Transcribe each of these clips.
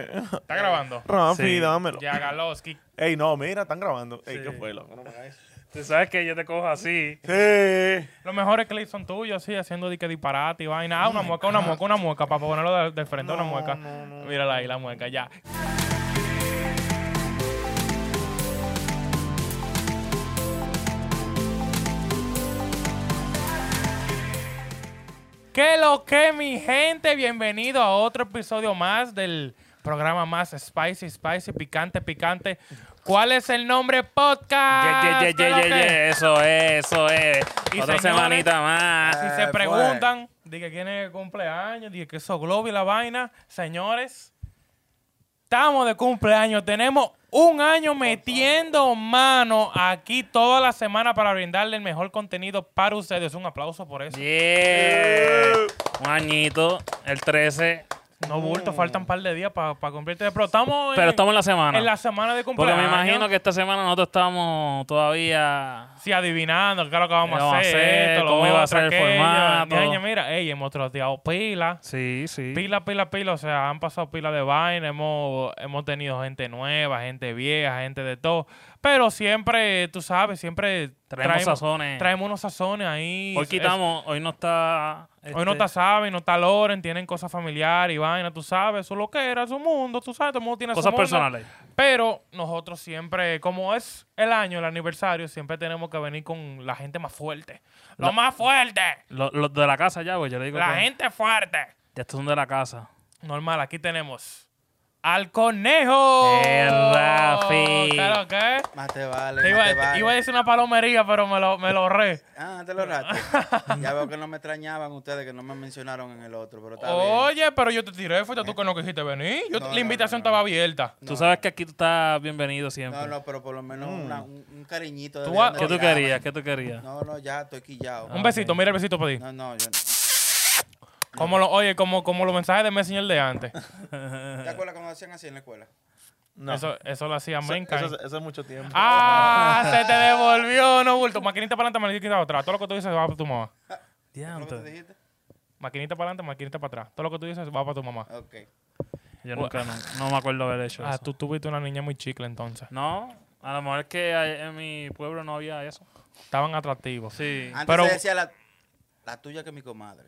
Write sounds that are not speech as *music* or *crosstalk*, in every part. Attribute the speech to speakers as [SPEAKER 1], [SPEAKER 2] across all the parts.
[SPEAKER 1] Está grabando.
[SPEAKER 2] Rafi,
[SPEAKER 3] Sí.
[SPEAKER 2] dámelo.
[SPEAKER 1] Ya, Galowski.
[SPEAKER 2] Ey, no, mira, están grabando. Ey,
[SPEAKER 3] Sí.
[SPEAKER 2] ¿qué fue, loco? No me hagas eso.
[SPEAKER 3] Tú sabes que yo te cojo así.
[SPEAKER 2] Sí.
[SPEAKER 1] Los mejores clips son tuyos, sí, haciendo dique disparate y vaina.
[SPEAKER 2] *laughs*
[SPEAKER 1] Ah, una mueca, una mueca, una mueca, para ponerlo de- del frente, una
[SPEAKER 2] No,
[SPEAKER 1] mueca.
[SPEAKER 2] no, no.
[SPEAKER 1] Mírala ahí, la mueca, ya. ¿Qué lo que, mi gente? Bienvenido a otro episodio más del programa más Spicy, Spicy, Picante, Picante. ¿Cuál es el nombre podcast? Ah,
[SPEAKER 3] Ye, ye, ye,
[SPEAKER 1] ¿Qué lo
[SPEAKER 3] ye,
[SPEAKER 1] que?
[SPEAKER 3] ye, ye. Eso es, eso es.
[SPEAKER 1] Y
[SPEAKER 3] Otra
[SPEAKER 1] señores-
[SPEAKER 3] semanita más.
[SPEAKER 1] Ah, Si
[SPEAKER 2] Eh,
[SPEAKER 1] se
[SPEAKER 2] pues.
[SPEAKER 1] preguntan, de que quién es el cumpleaños, de que eso globo y la vaina, señores, estamos de cumpleaños, tenemos un año metiendo mano aquí toda la semana para brindarle el mejor contenido para ustedes. Un aplauso por eso.
[SPEAKER 3] Yeah.
[SPEAKER 1] Uh.
[SPEAKER 3] Un añito, el 13.
[SPEAKER 1] No bulto, faltan un par de días para cumplirte, pero estamos en,
[SPEAKER 3] Pero estamos en la
[SPEAKER 1] en la
[SPEAKER 3] semana.
[SPEAKER 1] semana de
[SPEAKER 3] Porque
[SPEAKER 1] cumpleaños.
[SPEAKER 3] me imagino que esta semana nosotros estamos todavía.
[SPEAKER 1] Sí, adivinando qué es lo que vamos
[SPEAKER 3] ¿Qué
[SPEAKER 1] a
[SPEAKER 3] vamos a
[SPEAKER 1] hacer,
[SPEAKER 3] hacer?
[SPEAKER 1] esto, lo
[SPEAKER 3] ¿Cómo iba a
[SPEAKER 1] otro,
[SPEAKER 3] ser el
[SPEAKER 1] aquello.
[SPEAKER 3] formato?
[SPEAKER 1] Ñaña, mira, ey, hemos troteado pila.
[SPEAKER 3] Sí, sí.
[SPEAKER 1] Pila, pila, pila. O sea, han pasado pila de vaina. Hemos, hemos tenido gente nueva, gente vieja, gente de todo. Pero siempre, tú sabes, siempre
[SPEAKER 3] Traemos sazones.
[SPEAKER 1] traemos unos sazones ahí.
[SPEAKER 3] Hoy
[SPEAKER 1] Es-
[SPEAKER 3] quitamos, hoy no está.
[SPEAKER 1] Hoy no
[SPEAKER 3] este,
[SPEAKER 1] está Saben, no está Loren, tienen cosas familiares y vaina, tú sabes, eso es lo que era, su mundo, tú sabes, todo el mundo tiene su
[SPEAKER 3] Cosas
[SPEAKER 1] mundo.
[SPEAKER 3] personales.
[SPEAKER 1] Pero nosotros siempre, como es el año, el aniversario, siempre tenemos que venir con la gente más fuerte. ¡Lo
[SPEAKER 3] No.
[SPEAKER 1] más fuerte!
[SPEAKER 3] Los, los de la casa ya, güey. Yo le digo.
[SPEAKER 1] ¡La
[SPEAKER 3] que-
[SPEAKER 1] gente fuerte!
[SPEAKER 3] Ya estos son de la casa.
[SPEAKER 1] Normal, aquí tenemos al conejo.
[SPEAKER 3] ¡Eh, Rafi!
[SPEAKER 1] Claro que.
[SPEAKER 4] Más te vale.
[SPEAKER 1] Te
[SPEAKER 4] más
[SPEAKER 1] iba,
[SPEAKER 4] te
[SPEAKER 1] te-
[SPEAKER 4] vale.
[SPEAKER 1] iba a decir una palomería, pero me lo, me lo ahorré.
[SPEAKER 4] Ah, te lo rato.
[SPEAKER 1] *laughs*
[SPEAKER 4] ya veo que no me extrañaban ustedes, que no me mencionaron en el otro, pero está bien. Eh.
[SPEAKER 1] Oye, pero yo te tiré, fuiste tú que no quisiste venir. Yo-
[SPEAKER 4] No,
[SPEAKER 1] la
[SPEAKER 4] no,
[SPEAKER 1] invitación
[SPEAKER 4] no, no.
[SPEAKER 1] estaba abierta.
[SPEAKER 4] No,
[SPEAKER 3] Tú sabes que aquí tú estás bienvenido siempre.
[SPEAKER 4] No, no, pero por lo menos una- un, un cariñito.
[SPEAKER 1] Tú
[SPEAKER 4] deberían
[SPEAKER 1] a-
[SPEAKER 4] de
[SPEAKER 3] ¿Qué tú
[SPEAKER 4] tirarme.
[SPEAKER 3] querías? ¿Qué tú querías?
[SPEAKER 4] No, no, ya estoy quillado.
[SPEAKER 1] Un besito, mira el besito para ti.
[SPEAKER 4] No, no, yo
[SPEAKER 1] Como lo, oye, como, como los mensajes de Messenger de antes.
[SPEAKER 4] ¿Te acuerdas cuando hacían así en la escuela?
[SPEAKER 2] No.
[SPEAKER 1] Eso, eso lo hacían
[SPEAKER 2] Eso-
[SPEAKER 1] brincar.
[SPEAKER 2] eso- eso es mucho tiempo.
[SPEAKER 1] ¡Ah! se te devolvió, no bulto. Maquinita para adelante, maquinita para atrás. Todo lo que tú dices va para tu mamá.
[SPEAKER 4] ¿Fue lo que
[SPEAKER 3] Diantre.
[SPEAKER 4] te dijiste?
[SPEAKER 1] Maquinita para adelante, maquinita para atrás. Todo lo que tú dices va para tu mamá.
[SPEAKER 4] Ok.
[SPEAKER 3] Yo nunca, no, no me acuerdo haber hecho
[SPEAKER 1] Ah,
[SPEAKER 3] eso.
[SPEAKER 1] tú tuviste una niña muy chicle entonces.
[SPEAKER 3] No, a lo mejor es que a- en mi pueblo no había eso.
[SPEAKER 1] Estaban atractivos.
[SPEAKER 3] Sí.
[SPEAKER 4] Antes
[SPEAKER 1] Pero-
[SPEAKER 4] se decía la, la tuya que mi comadre.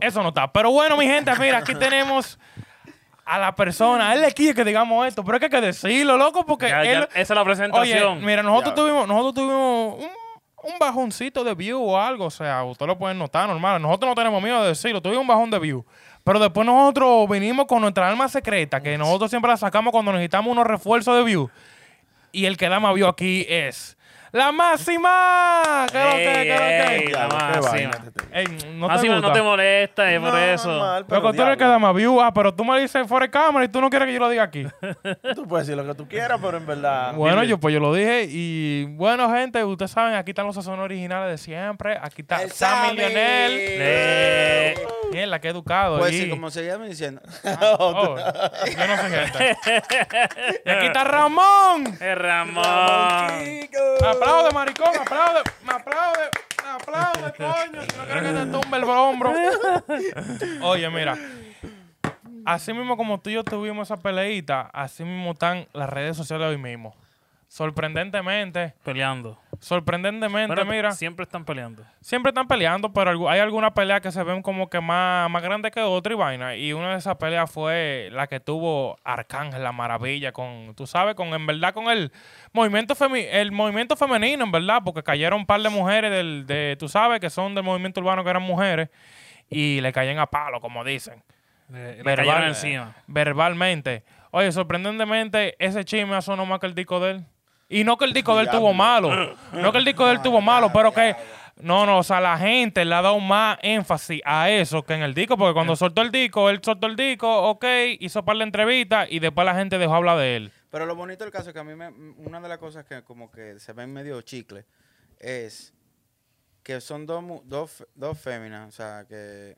[SPEAKER 1] Eso no está. Pero bueno, mi gente, mira, aquí tenemos a la persona. Él le quiere que digamos esto, pero es que hay que decirlo, loco, porque
[SPEAKER 3] Ya- ya-
[SPEAKER 1] él.
[SPEAKER 3] esa es la
[SPEAKER 1] Oye,
[SPEAKER 3] presentación.
[SPEAKER 1] mira, nosotros
[SPEAKER 4] Ya.
[SPEAKER 1] tuvimos, nosotros tuvimos un, un bajoncito de view o algo. O sea, ustedes lo pueden notar, normal. Nosotros no tenemos miedo de decirlo. Tuvimos un bajón de view. Pero después nosotros vinimos con nuestra alma secreta, que nosotros siempre la sacamos cuando necesitamos unos refuerzos de view. Y el que da más view aquí es. ¡La máxima! ¿Qué es lo que, qué es lo que?
[SPEAKER 3] Ey,
[SPEAKER 2] Diablo,
[SPEAKER 3] la
[SPEAKER 1] ah,
[SPEAKER 2] qué
[SPEAKER 3] máxima.
[SPEAKER 2] vaina este tipo.
[SPEAKER 1] Ey, no te
[SPEAKER 3] Así Ah, pues, no
[SPEAKER 1] gusta.
[SPEAKER 3] te molesta,
[SPEAKER 1] Eh,
[SPEAKER 3] es por
[SPEAKER 2] No,
[SPEAKER 3] eso. *laughs*
[SPEAKER 2] normal,
[SPEAKER 1] Pero
[SPEAKER 2] pero
[SPEAKER 1] tú eres que da
[SPEAKER 2] diablo,
[SPEAKER 1] más view. Ah, pero tú me dices fuera de cámara y tú no quieres que yo lo diga
[SPEAKER 2] *laughs*
[SPEAKER 1] aquí.
[SPEAKER 2] Tú puedes decir lo que tú quieras, pero en
[SPEAKER 1] *laughs*
[SPEAKER 2] verdad.
[SPEAKER 1] bueno,
[SPEAKER 2] dime.
[SPEAKER 1] yo pues yo lo dije. Y bueno, gente, ustedes saben, aquí están los sazones originales de siempre. Aquí está
[SPEAKER 4] ¡El
[SPEAKER 1] Sammy
[SPEAKER 4] Sammy!
[SPEAKER 1] Lionel.
[SPEAKER 3] Eh,
[SPEAKER 1] Mierda, que educado.
[SPEAKER 4] Pues
[SPEAKER 1] y-
[SPEAKER 4] sí, como se
[SPEAKER 1] *laughs*
[SPEAKER 4] llama diciendo. Ah,
[SPEAKER 1] Oh, yo no soy gente.
[SPEAKER 2] *laughs*
[SPEAKER 1] y aquí está Ramón.
[SPEAKER 3] eh, Ramón.
[SPEAKER 1] Aplaude, maricón, aplaude, me aplaude, me aplaude, coño. Si no quieres que te tumbe el hombro. Oye, mira. Así mismo como tú y yo tuvimos esa peleita, así mismo están las redes sociales hoy mismo. Sorprendentemente,
[SPEAKER 3] Peleando.
[SPEAKER 1] sorprendentemente,
[SPEAKER 3] Bueno,
[SPEAKER 1] mira,
[SPEAKER 3] Siempre están peleando.
[SPEAKER 1] siempre están peleando, pero algu- hay algunas peleas que se ven como que más, más grandes que otra y vaina. Y una de esas peleas fue la que tuvo Arcángel, la maravilla, con, tú sabes, con, en verdad, con el movimiento, femi- el movimiento femenino, en verdad, porque cayeron un par de mujeres del, de, tú sabes, que son del movimiento urbano, que eran mujeres, y le caían a palo, como dicen
[SPEAKER 3] Le, le
[SPEAKER 1] Verbal,
[SPEAKER 3] cayeron
[SPEAKER 1] eh.
[SPEAKER 3] encima.
[SPEAKER 1] verbalmente. Oye, sorprendentemente, ese chisme ha sonado más que el disco de él. Y no que el disco de él
[SPEAKER 4] Diablo.
[SPEAKER 1] tuvo malo. No que el disco de él tuvo malo, pero que. No, no, o sea, la gente le ha dado más énfasis a eso que en el disco, porque cuando soltó el disco, él soltó el disco, ok, hizo par de entrevistas y después la gente dejó hablar de él.
[SPEAKER 4] Pero lo bonito del caso es que a mí me, una de las cosas que como que se ven medio chicle es que son dos mu- dos, fe- dos féminas, o sea, que,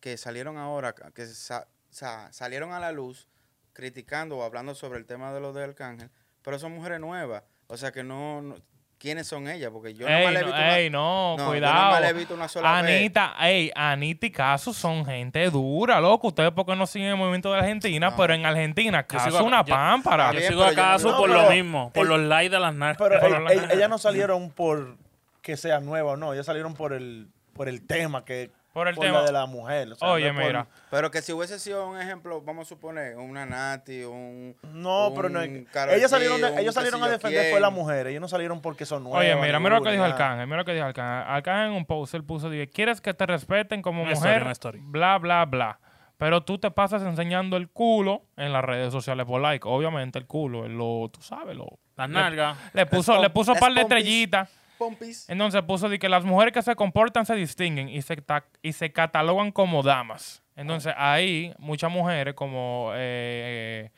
[SPEAKER 4] que salieron ahora, que sa- sa- salieron a la luz criticando o hablando sobre el tema de lo de Arcángel, pero son mujeres nuevas, o sea, que no, no- quiénes son ellas, porque yo
[SPEAKER 1] Ey,
[SPEAKER 4] nada más le he
[SPEAKER 1] no,
[SPEAKER 4] visto una-
[SPEAKER 1] ey, no,
[SPEAKER 4] No, yo
[SPEAKER 1] cuidado.
[SPEAKER 4] nada más le he visto una sola
[SPEAKER 1] Anita, ey, Anita y Caso son gente dura, loco. Ustedes porque no siguen el movimiento de Argentina,
[SPEAKER 4] No.
[SPEAKER 1] pero en Argentina Caso
[SPEAKER 3] sigo-
[SPEAKER 1] es una
[SPEAKER 3] yo-
[SPEAKER 1] pámpara.
[SPEAKER 3] Yo
[SPEAKER 4] Está Ah, bien,
[SPEAKER 3] sigo
[SPEAKER 4] pero
[SPEAKER 3] a
[SPEAKER 4] yo no-
[SPEAKER 3] Casu
[SPEAKER 2] no,
[SPEAKER 3] por
[SPEAKER 2] pero
[SPEAKER 3] lo mismo, por
[SPEAKER 2] el-
[SPEAKER 3] los likes de las narcas.
[SPEAKER 2] Pero
[SPEAKER 1] Por
[SPEAKER 2] ey,
[SPEAKER 1] la-
[SPEAKER 2] ey, ellas no salieron por que sea nueva o no, ellas salieron por el por el tema que
[SPEAKER 1] Por el
[SPEAKER 2] la
[SPEAKER 1] tema.
[SPEAKER 2] de la mujer. o sea,
[SPEAKER 1] Oye,
[SPEAKER 2] no por-
[SPEAKER 1] mira.
[SPEAKER 4] Pero que si hubiese sido un ejemplo, vamos a suponer, una Nati, un.
[SPEAKER 2] No, pero no.
[SPEAKER 4] un Karol
[SPEAKER 2] Ellas salieron,
[SPEAKER 4] G,
[SPEAKER 2] de-
[SPEAKER 4] un
[SPEAKER 2] ellos
[SPEAKER 4] qué
[SPEAKER 2] salieron
[SPEAKER 4] sé
[SPEAKER 2] a
[SPEAKER 4] yo
[SPEAKER 2] defender
[SPEAKER 4] quién.
[SPEAKER 2] fue la mujer. Ellos no salieron porque son nuevas.
[SPEAKER 1] Oye, mira, mira
[SPEAKER 2] ni
[SPEAKER 1] lo que
[SPEAKER 2] burlas,
[SPEAKER 1] dijo
[SPEAKER 2] ni nada.
[SPEAKER 1] Arcángel, mira lo que dijo Arcángel. Arcángel en un post, él puso, dije, ¿quieres que te respeten como
[SPEAKER 3] Una
[SPEAKER 1] mujer?
[SPEAKER 3] story, una story.
[SPEAKER 1] Bla, bla, bla. Pero tú te pasas enseñando el culo en las redes sociales por like. Obviamente el culo, él lo, tú sabes, lo...
[SPEAKER 3] Las nalgas.
[SPEAKER 1] Le puso,
[SPEAKER 4] pom-
[SPEAKER 1] le puso
[SPEAKER 4] las
[SPEAKER 1] par de
[SPEAKER 4] pompis.
[SPEAKER 1] estrellitas.
[SPEAKER 4] Pompis.
[SPEAKER 1] Entonces puso de que las mujeres que se comportan se distinguen y se, ta- y se catalogan como damas. Entonces ahí muchas mujeres como eh,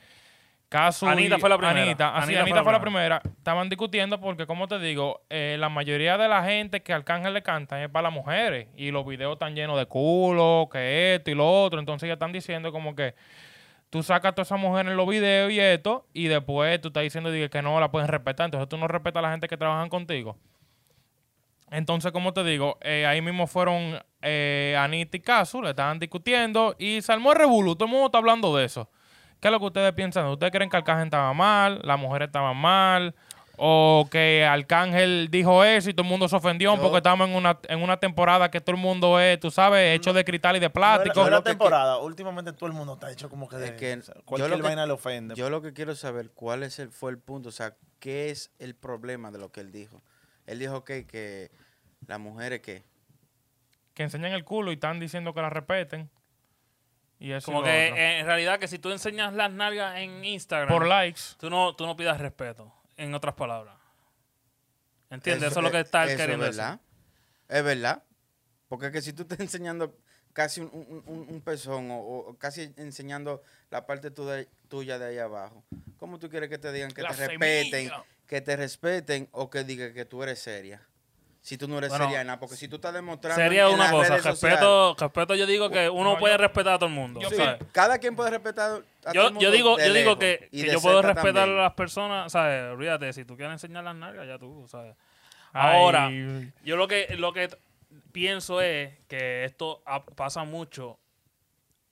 [SPEAKER 1] Casu
[SPEAKER 3] Anita
[SPEAKER 1] y-
[SPEAKER 3] fue la primera.
[SPEAKER 1] Anita, así, Anita fue la primera. Estaban discutiendo porque, como te digo, eh, la mayoría de la gente que Arcángel le cantan es para las mujeres. Y los videos están llenos de culo, que esto y lo otro. Entonces ya están diciendo como que tú sacas a toda esa mujer en los videos y esto, y después tú estás diciendo dije, que no la pueden respetar. Entonces tú no respetas a la gente que trabajan contigo. Entonces, como te digo, eh, ahí mismo fueron eh, Anita y Casu, le estaban discutiendo y se armó el revolú. Todo el mundo está hablando de eso. ¿Qué es lo que ustedes piensan? ¿Ustedes creen que Arcángel estaba mal? ¿La mujer estaba mal? ¿O que Arcángel dijo eso y todo el mundo se ofendió
[SPEAKER 4] Yo-
[SPEAKER 1] porque estamos en una, en una temporada que todo el mundo es, tú sabes, hecho de cristal y de
[SPEAKER 2] No era-
[SPEAKER 1] plástico?
[SPEAKER 2] no era
[SPEAKER 4] Yo lo que-
[SPEAKER 2] temporada. Últimamente todo el mundo está hecho como que de.
[SPEAKER 4] Es que
[SPEAKER 2] o sea,
[SPEAKER 4] yo
[SPEAKER 2] cualquier
[SPEAKER 4] lo que-
[SPEAKER 2] vaina le ofende.
[SPEAKER 4] Yo lo que quiero saber, ¿cuál es el, fue el punto? O sea, ¿qué es el problema de lo que él dijo? Él dijo que, que las mujeres que.
[SPEAKER 1] que enseñan el culo y están diciendo que la respeten. Y eso y
[SPEAKER 3] Como
[SPEAKER 1] lo
[SPEAKER 3] que
[SPEAKER 1] otro.
[SPEAKER 3] eh, en realidad que si tú enseñas las nalgas en Instagram,
[SPEAKER 1] por likes.
[SPEAKER 3] tú, no, tú no pidas respeto, en otras palabras. ¿Entiendes? Eso, es lo que
[SPEAKER 4] eh,
[SPEAKER 3] está él
[SPEAKER 4] eso
[SPEAKER 3] queriendo
[SPEAKER 4] es verdad. Es verdad. Porque es que si tú estás *laughs* enseñando casi un, un- un- un pezón o, o casi enseñando la parte tu de- tuya de ahí abajo, ¿cómo tú quieres que te digan que
[SPEAKER 1] La
[SPEAKER 4] te respeten?
[SPEAKER 1] semilla.
[SPEAKER 4] Que te respeten o que digan que tú eres seria. Si tú no eres
[SPEAKER 3] Bueno,
[SPEAKER 4] seria en nada, porque si tú estás demostrando.
[SPEAKER 3] decir. Sería
[SPEAKER 4] en
[SPEAKER 3] una
[SPEAKER 4] las
[SPEAKER 3] cosa.
[SPEAKER 4] redes sociales-
[SPEAKER 3] Respeto, respeto, yo digo que uno
[SPEAKER 1] no,
[SPEAKER 3] puede
[SPEAKER 1] yo-
[SPEAKER 3] respetar a todo el mundo.
[SPEAKER 1] yo-
[SPEAKER 4] Sí,
[SPEAKER 3] ¿sabes?
[SPEAKER 4] cada quien puede respetar a todo
[SPEAKER 3] Yo,
[SPEAKER 4] el
[SPEAKER 3] yo
[SPEAKER 4] mundo
[SPEAKER 3] digo,
[SPEAKER 4] de
[SPEAKER 3] yo digo
[SPEAKER 4] lejos
[SPEAKER 3] que,
[SPEAKER 4] y
[SPEAKER 3] que
[SPEAKER 4] de
[SPEAKER 3] yo puedo
[SPEAKER 4] cerca
[SPEAKER 3] respetar
[SPEAKER 4] también.
[SPEAKER 3] a las personas, ¿sabes? Olvídate, si tú quieres enseñar las nalgas, ya tú, ¿sabes?
[SPEAKER 1] Ay,
[SPEAKER 3] Ahora, yo lo que, lo que t- pienso es que esto ha- pasa mucho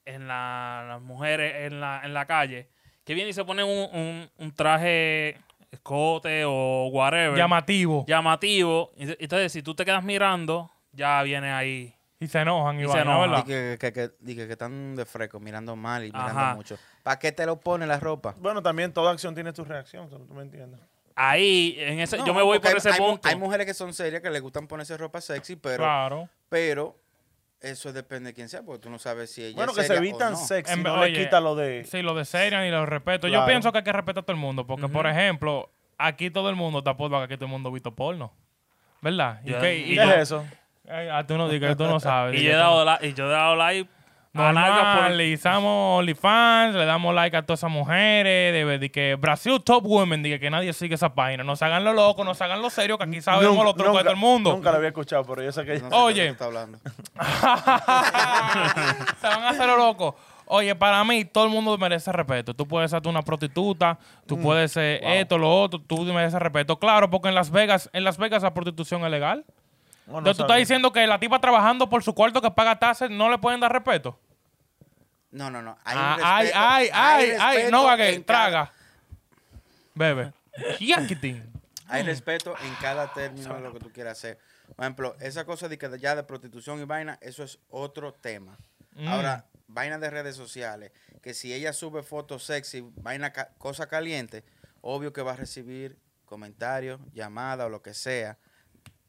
[SPEAKER 3] en la- las mujeres en la, en la calle, que vienen y se ponen un, un- un traje escote o whatever
[SPEAKER 1] llamativo.
[SPEAKER 3] llamativo. Y- Entonces, si tú te quedas mirando, ya viene ahí.
[SPEAKER 1] Y se enojan y,
[SPEAKER 3] Y se
[SPEAKER 1] van, ¿no?
[SPEAKER 3] enojan.
[SPEAKER 1] ¿verdad?
[SPEAKER 4] Y que, que, que- y que- que están de fresco, mirando mal y mirando
[SPEAKER 3] Ajá.
[SPEAKER 4] mucho. ¿Para qué te lo pone la ropa?
[SPEAKER 2] Bueno, también toda acción tiene tu reacción. ¿Tú tú me entiendes?
[SPEAKER 3] Ahí, en ese,
[SPEAKER 4] No,
[SPEAKER 3] yo me voy por
[SPEAKER 4] porque hay-
[SPEAKER 3] ese
[SPEAKER 4] hay, mu-
[SPEAKER 3] punto.
[SPEAKER 4] Hay mujeres que son serias, que les gustan ponerse ropa sexy, pero,
[SPEAKER 1] Claro.
[SPEAKER 4] pero eso depende de quién sea, porque tú no sabes si ella
[SPEAKER 2] Bueno,
[SPEAKER 4] es
[SPEAKER 2] que se
[SPEAKER 4] seria o
[SPEAKER 2] evitan
[SPEAKER 4] oh, no.
[SPEAKER 2] sexy.
[SPEAKER 1] En-
[SPEAKER 2] no
[SPEAKER 1] oye,
[SPEAKER 2] le quita lo de.
[SPEAKER 1] Sí, lo desean y lo respeto. Yo
[SPEAKER 2] Claro.
[SPEAKER 1] pienso que hay que respetar a todo el mundo. Porque, por ejemplo, aquí todo el mundo está por que aquí todo el mundo ha visto porno. ¿Verdad?
[SPEAKER 3] Ya.
[SPEAKER 1] que-
[SPEAKER 2] ¿Qué
[SPEAKER 3] yo-
[SPEAKER 2] es eso?
[SPEAKER 1] Ay, ah, tú no digas, tú no sabes.
[SPEAKER 3] *laughs* y,
[SPEAKER 1] diga
[SPEAKER 3] yo he
[SPEAKER 1] tú.
[SPEAKER 3] dado la- y yo he dado like a nalgas
[SPEAKER 1] Normal,
[SPEAKER 3] por-
[SPEAKER 1] le hicimos OnlyFans, le damos like a todas esas mujeres, de, de que Brasil Top Women, diga que nadie sigue esa página, no se hagan lo loco, no se hagan lo serio, que aquí sabemos
[SPEAKER 2] Nunca-
[SPEAKER 1] los trucos de
[SPEAKER 2] nunca-
[SPEAKER 1] todo el mundo.
[SPEAKER 2] Nunca lo había escuchado, pero yo sé que.
[SPEAKER 4] No sé de
[SPEAKER 1] Oye.
[SPEAKER 4] qué tú estás hablando.
[SPEAKER 1] *laughs* se van a hacer lo loco. Oye, para mí todo el mundo merece respeto. Tú puedes ser tú una prostituta, tú
[SPEAKER 4] Mm.
[SPEAKER 1] puedes ser esto, lo otro, tú mereces respeto. Claro, porque en Las Vegas, en Las Vegas la prostitución es legal.
[SPEAKER 2] No, no
[SPEAKER 1] Entonces tú estás
[SPEAKER 2] sabía.
[SPEAKER 1] diciendo que la tipa trabajando por su cuarto que paga tasas no le pueden dar respeto.
[SPEAKER 4] No, no, no. Hay un
[SPEAKER 1] Ah, ay,
[SPEAKER 4] respeto-
[SPEAKER 1] ay,
[SPEAKER 4] hay
[SPEAKER 1] ay, ay,
[SPEAKER 4] respeto
[SPEAKER 1] no va que
[SPEAKER 4] en cada-
[SPEAKER 1] traga.
[SPEAKER 3] *laughs*
[SPEAKER 1] Bebe. Yaquitín.
[SPEAKER 4] Hay respeto en cada término de lo que tú quieras hacer. Por ejemplo, esa cosa de que ya de prostitución y vaina, eso es otro tema. Ahora, vaina de redes sociales, que si ella sube fotos sexy, vaina ca- cosa caliente, obvio que va a recibir comentarios, llamadas o lo que sea,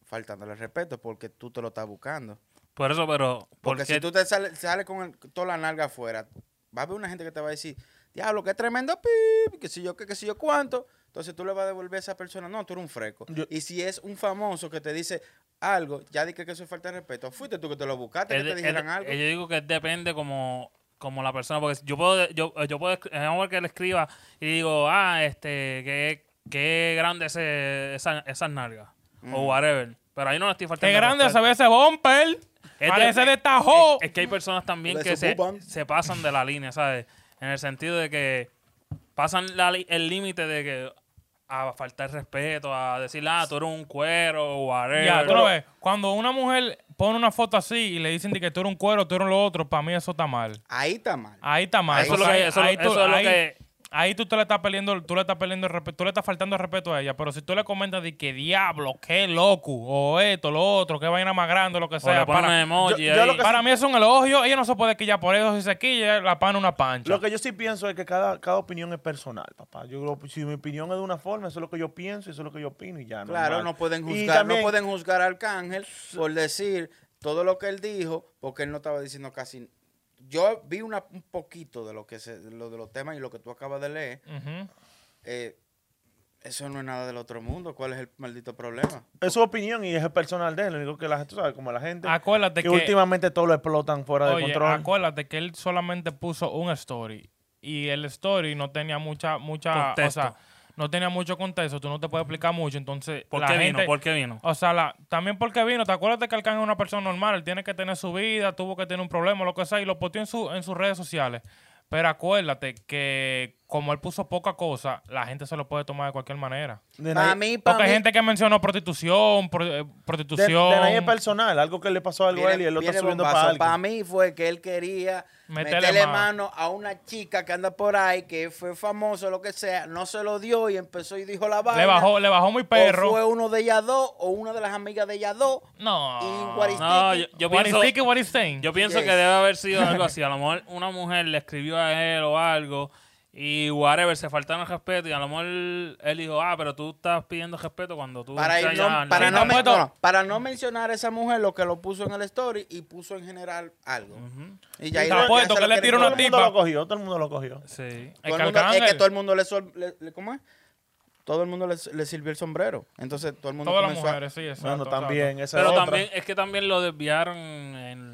[SPEAKER 4] faltándole el respeto porque tú te lo estás buscando.
[SPEAKER 3] Por eso, pero.
[SPEAKER 4] Porque
[SPEAKER 3] Porque
[SPEAKER 4] si tú te sales sales con el- toda la nalga afuera, va a haber una gente que te va a decir, diablo, qué tremendo pip, que si yo, qué, que si yo cuánto. Entonces tú le vas a devolver a esa persona, no, tú eres un freco.
[SPEAKER 2] Yo-
[SPEAKER 4] y si es un famoso que te dice algo, ya di que que eso es falta de respeto. Fuiste tú que te lo buscaste, que
[SPEAKER 3] es de-
[SPEAKER 4] te dijeran
[SPEAKER 3] es de-
[SPEAKER 4] algo.
[SPEAKER 3] Yo digo que depende como, como la persona. Porque yo puedo, yo, yo puedo escri- eh, vamos a ver que le escriba y digo, ah, este, qué, qué grande ese, esa, esas nalgas. O whatever. Pero ahí no le estoy
[SPEAKER 1] Qué
[SPEAKER 3] faltando.
[SPEAKER 1] grande
[SPEAKER 3] respeto.
[SPEAKER 1] se ve ese bumper.
[SPEAKER 3] Este Es
[SPEAKER 1] Parece de Tajo.
[SPEAKER 3] Es, es que hay personas también
[SPEAKER 4] Le
[SPEAKER 3] que se,
[SPEAKER 4] sucupan.
[SPEAKER 3] se pasan de la línea, ¿sabes? En el sentido de que pasan la li- el límite de que a faltar respeto, a decir, ah, tú eres un cuero o whatever.
[SPEAKER 1] Ya, tú lo ves. Cuando una mujer pone una foto así y le dicen de que tú eres un cuero, tú eres lo otro, para mí eso está mal.
[SPEAKER 4] Ahí está mal.
[SPEAKER 1] Ahí está mal.
[SPEAKER 3] Eso es lo
[SPEAKER 1] Porque
[SPEAKER 3] que- eso-
[SPEAKER 1] ahí tú-
[SPEAKER 3] eso es lo
[SPEAKER 1] ahí-
[SPEAKER 3] que-
[SPEAKER 1] Ahí tú te le estás perdiendo, tú le estás perdiendo el respeto, tú le estás faltando el respeto a ella, pero si tú le comentas de que diablo, qué loco, o esto, lo otro, qué vaina más grande, lo que
[SPEAKER 3] O le
[SPEAKER 1] sea,
[SPEAKER 3] ponen
[SPEAKER 1] para,
[SPEAKER 3] emoji
[SPEAKER 2] yo- yo
[SPEAKER 3] ahí.
[SPEAKER 2] lo que-
[SPEAKER 1] para mí es un elogio, ella no se puede quillar por eso, si se quilla, la pana una pancha.
[SPEAKER 2] Lo que yo sí pienso es que cada, cada opinión es personal, papá. Yo creo, si mi opinión es de una forma, eso es lo que yo pienso, eso es lo que yo opino y ya.
[SPEAKER 4] Claro,
[SPEAKER 2] normal.
[SPEAKER 4] no pueden
[SPEAKER 2] Y
[SPEAKER 4] juzgar,
[SPEAKER 2] también-
[SPEAKER 4] no pueden juzgar a Arcángel por decir todo lo que él dijo, porque él no estaba diciendo casi. Yo vi una, un poquito de lo que se, de lo de los temas y lo que tú acabas de leer.
[SPEAKER 1] Ujú.
[SPEAKER 4] eh, eso no es nada del otro mundo. ¿Cuál es el maldito problema?
[SPEAKER 2] Es su opinión y es el personal de él. Lo único que la gente sabe, como la gente
[SPEAKER 1] Acuérdate
[SPEAKER 2] que,
[SPEAKER 1] que,
[SPEAKER 2] últimamente todo lo explotan fuera de
[SPEAKER 1] oye,
[SPEAKER 2] control.
[SPEAKER 1] acuérdate que él solamente puso un story y el story no tenía mucha, mucha,
[SPEAKER 3] Contexto.
[SPEAKER 1] o sea, no tenía mucho contexto, tú no te puedes explicar mucho, entonces
[SPEAKER 3] ¿Por
[SPEAKER 1] la
[SPEAKER 3] qué vino?
[SPEAKER 1] gente-
[SPEAKER 3] ¿Por qué vino?
[SPEAKER 1] O sea, la- también porque vino. ¿Te acuerdas de que Arcángel es una persona normal? Él tiene que tener su vida, tuvo que tener un problema, lo que sea, y lo posteó en, su, en sus redes sociales. Pero acuérdate que como él puso poca cosa, la gente se lo puede tomar de cualquier manera.
[SPEAKER 2] De
[SPEAKER 4] Para
[SPEAKER 2] nadie-
[SPEAKER 4] mí, para
[SPEAKER 1] Porque hay
[SPEAKER 4] mí,
[SPEAKER 1] gente que mencionó prostitución, pro- eh,
[SPEAKER 2] de, de
[SPEAKER 1] prostitución.
[SPEAKER 2] nadie es personal, algo que le pasó algo a él y él lo está subiendo para alguien.
[SPEAKER 4] Para mí fue que él quería
[SPEAKER 1] Meterle
[SPEAKER 4] meterle,
[SPEAKER 1] mano.
[SPEAKER 4] mano a una chica que anda por ahí, que fue famoso, lo que sea, no se lo dio y empezó y dijo la vaina.
[SPEAKER 1] le bajó, le bajó muy
[SPEAKER 4] O fue
[SPEAKER 1] perro.
[SPEAKER 4] uno de ellas dos o una de las amigas de ellas dos.
[SPEAKER 1] No.
[SPEAKER 4] Y what is-
[SPEAKER 3] No, yo, yo
[SPEAKER 1] What is
[SPEAKER 3] pienso,
[SPEAKER 1] thick and what is thin.
[SPEAKER 3] yo pienso
[SPEAKER 4] Yes.
[SPEAKER 3] que debe haber sido algo así. A lo mejor una mujer le escribió a él o algo y whatever, se faltaron el respeto y a lo mejor él dijo, ah, pero tú estás pidiendo respeto cuando tú...
[SPEAKER 4] Para,
[SPEAKER 3] estás
[SPEAKER 4] ir-
[SPEAKER 3] ya
[SPEAKER 4] no,
[SPEAKER 3] en la
[SPEAKER 4] para,
[SPEAKER 3] vida".
[SPEAKER 4] no, men-
[SPEAKER 1] puedo-
[SPEAKER 4] no, para no mencionar a esa mujer lo que lo puso en el story y puso en general algo. Y ya ahí
[SPEAKER 1] Te
[SPEAKER 4] la- ya
[SPEAKER 1] apuesto
[SPEAKER 4] se
[SPEAKER 1] que
[SPEAKER 4] lo
[SPEAKER 1] le
[SPEAKER 4] quieren
[SPEAKER 1] tiró una
[SPEAKER 2] Todo el
[SPEAKER 4] cobrar.
[SPEAKER 1] tip-
[SPEAKER 2] mundo
[SPEAKER 1] tipa.
[SPEAKER 2] lo cogió, todo el mundo lo cogió.
[SPEAKER 3] Sí.
[SPEAKER 1] Es
[SPEAKER 4] Todo
[SPEAKER 1] que
[SPEAKER 4] el mundo- es que
[SPEAKER 1] Arcángel-
[SPEAKER 4] todo el mundo le, sol- le- le- ¿cómo es? Todo el mundo le, le sirvió el sombrero. Entonces todo el mundo
[SPEAKER 1] Todas las
[SPEAKER 4] comenzó a-
[SPEAKER 1] mujeres, sí, exacto.
[SPEAKER 2] bueno, también, esa es
[SPEAKER 3] Pero
[SPEAKER 2] otra.
[SPEAKER 3] también, es que también lo desviaron en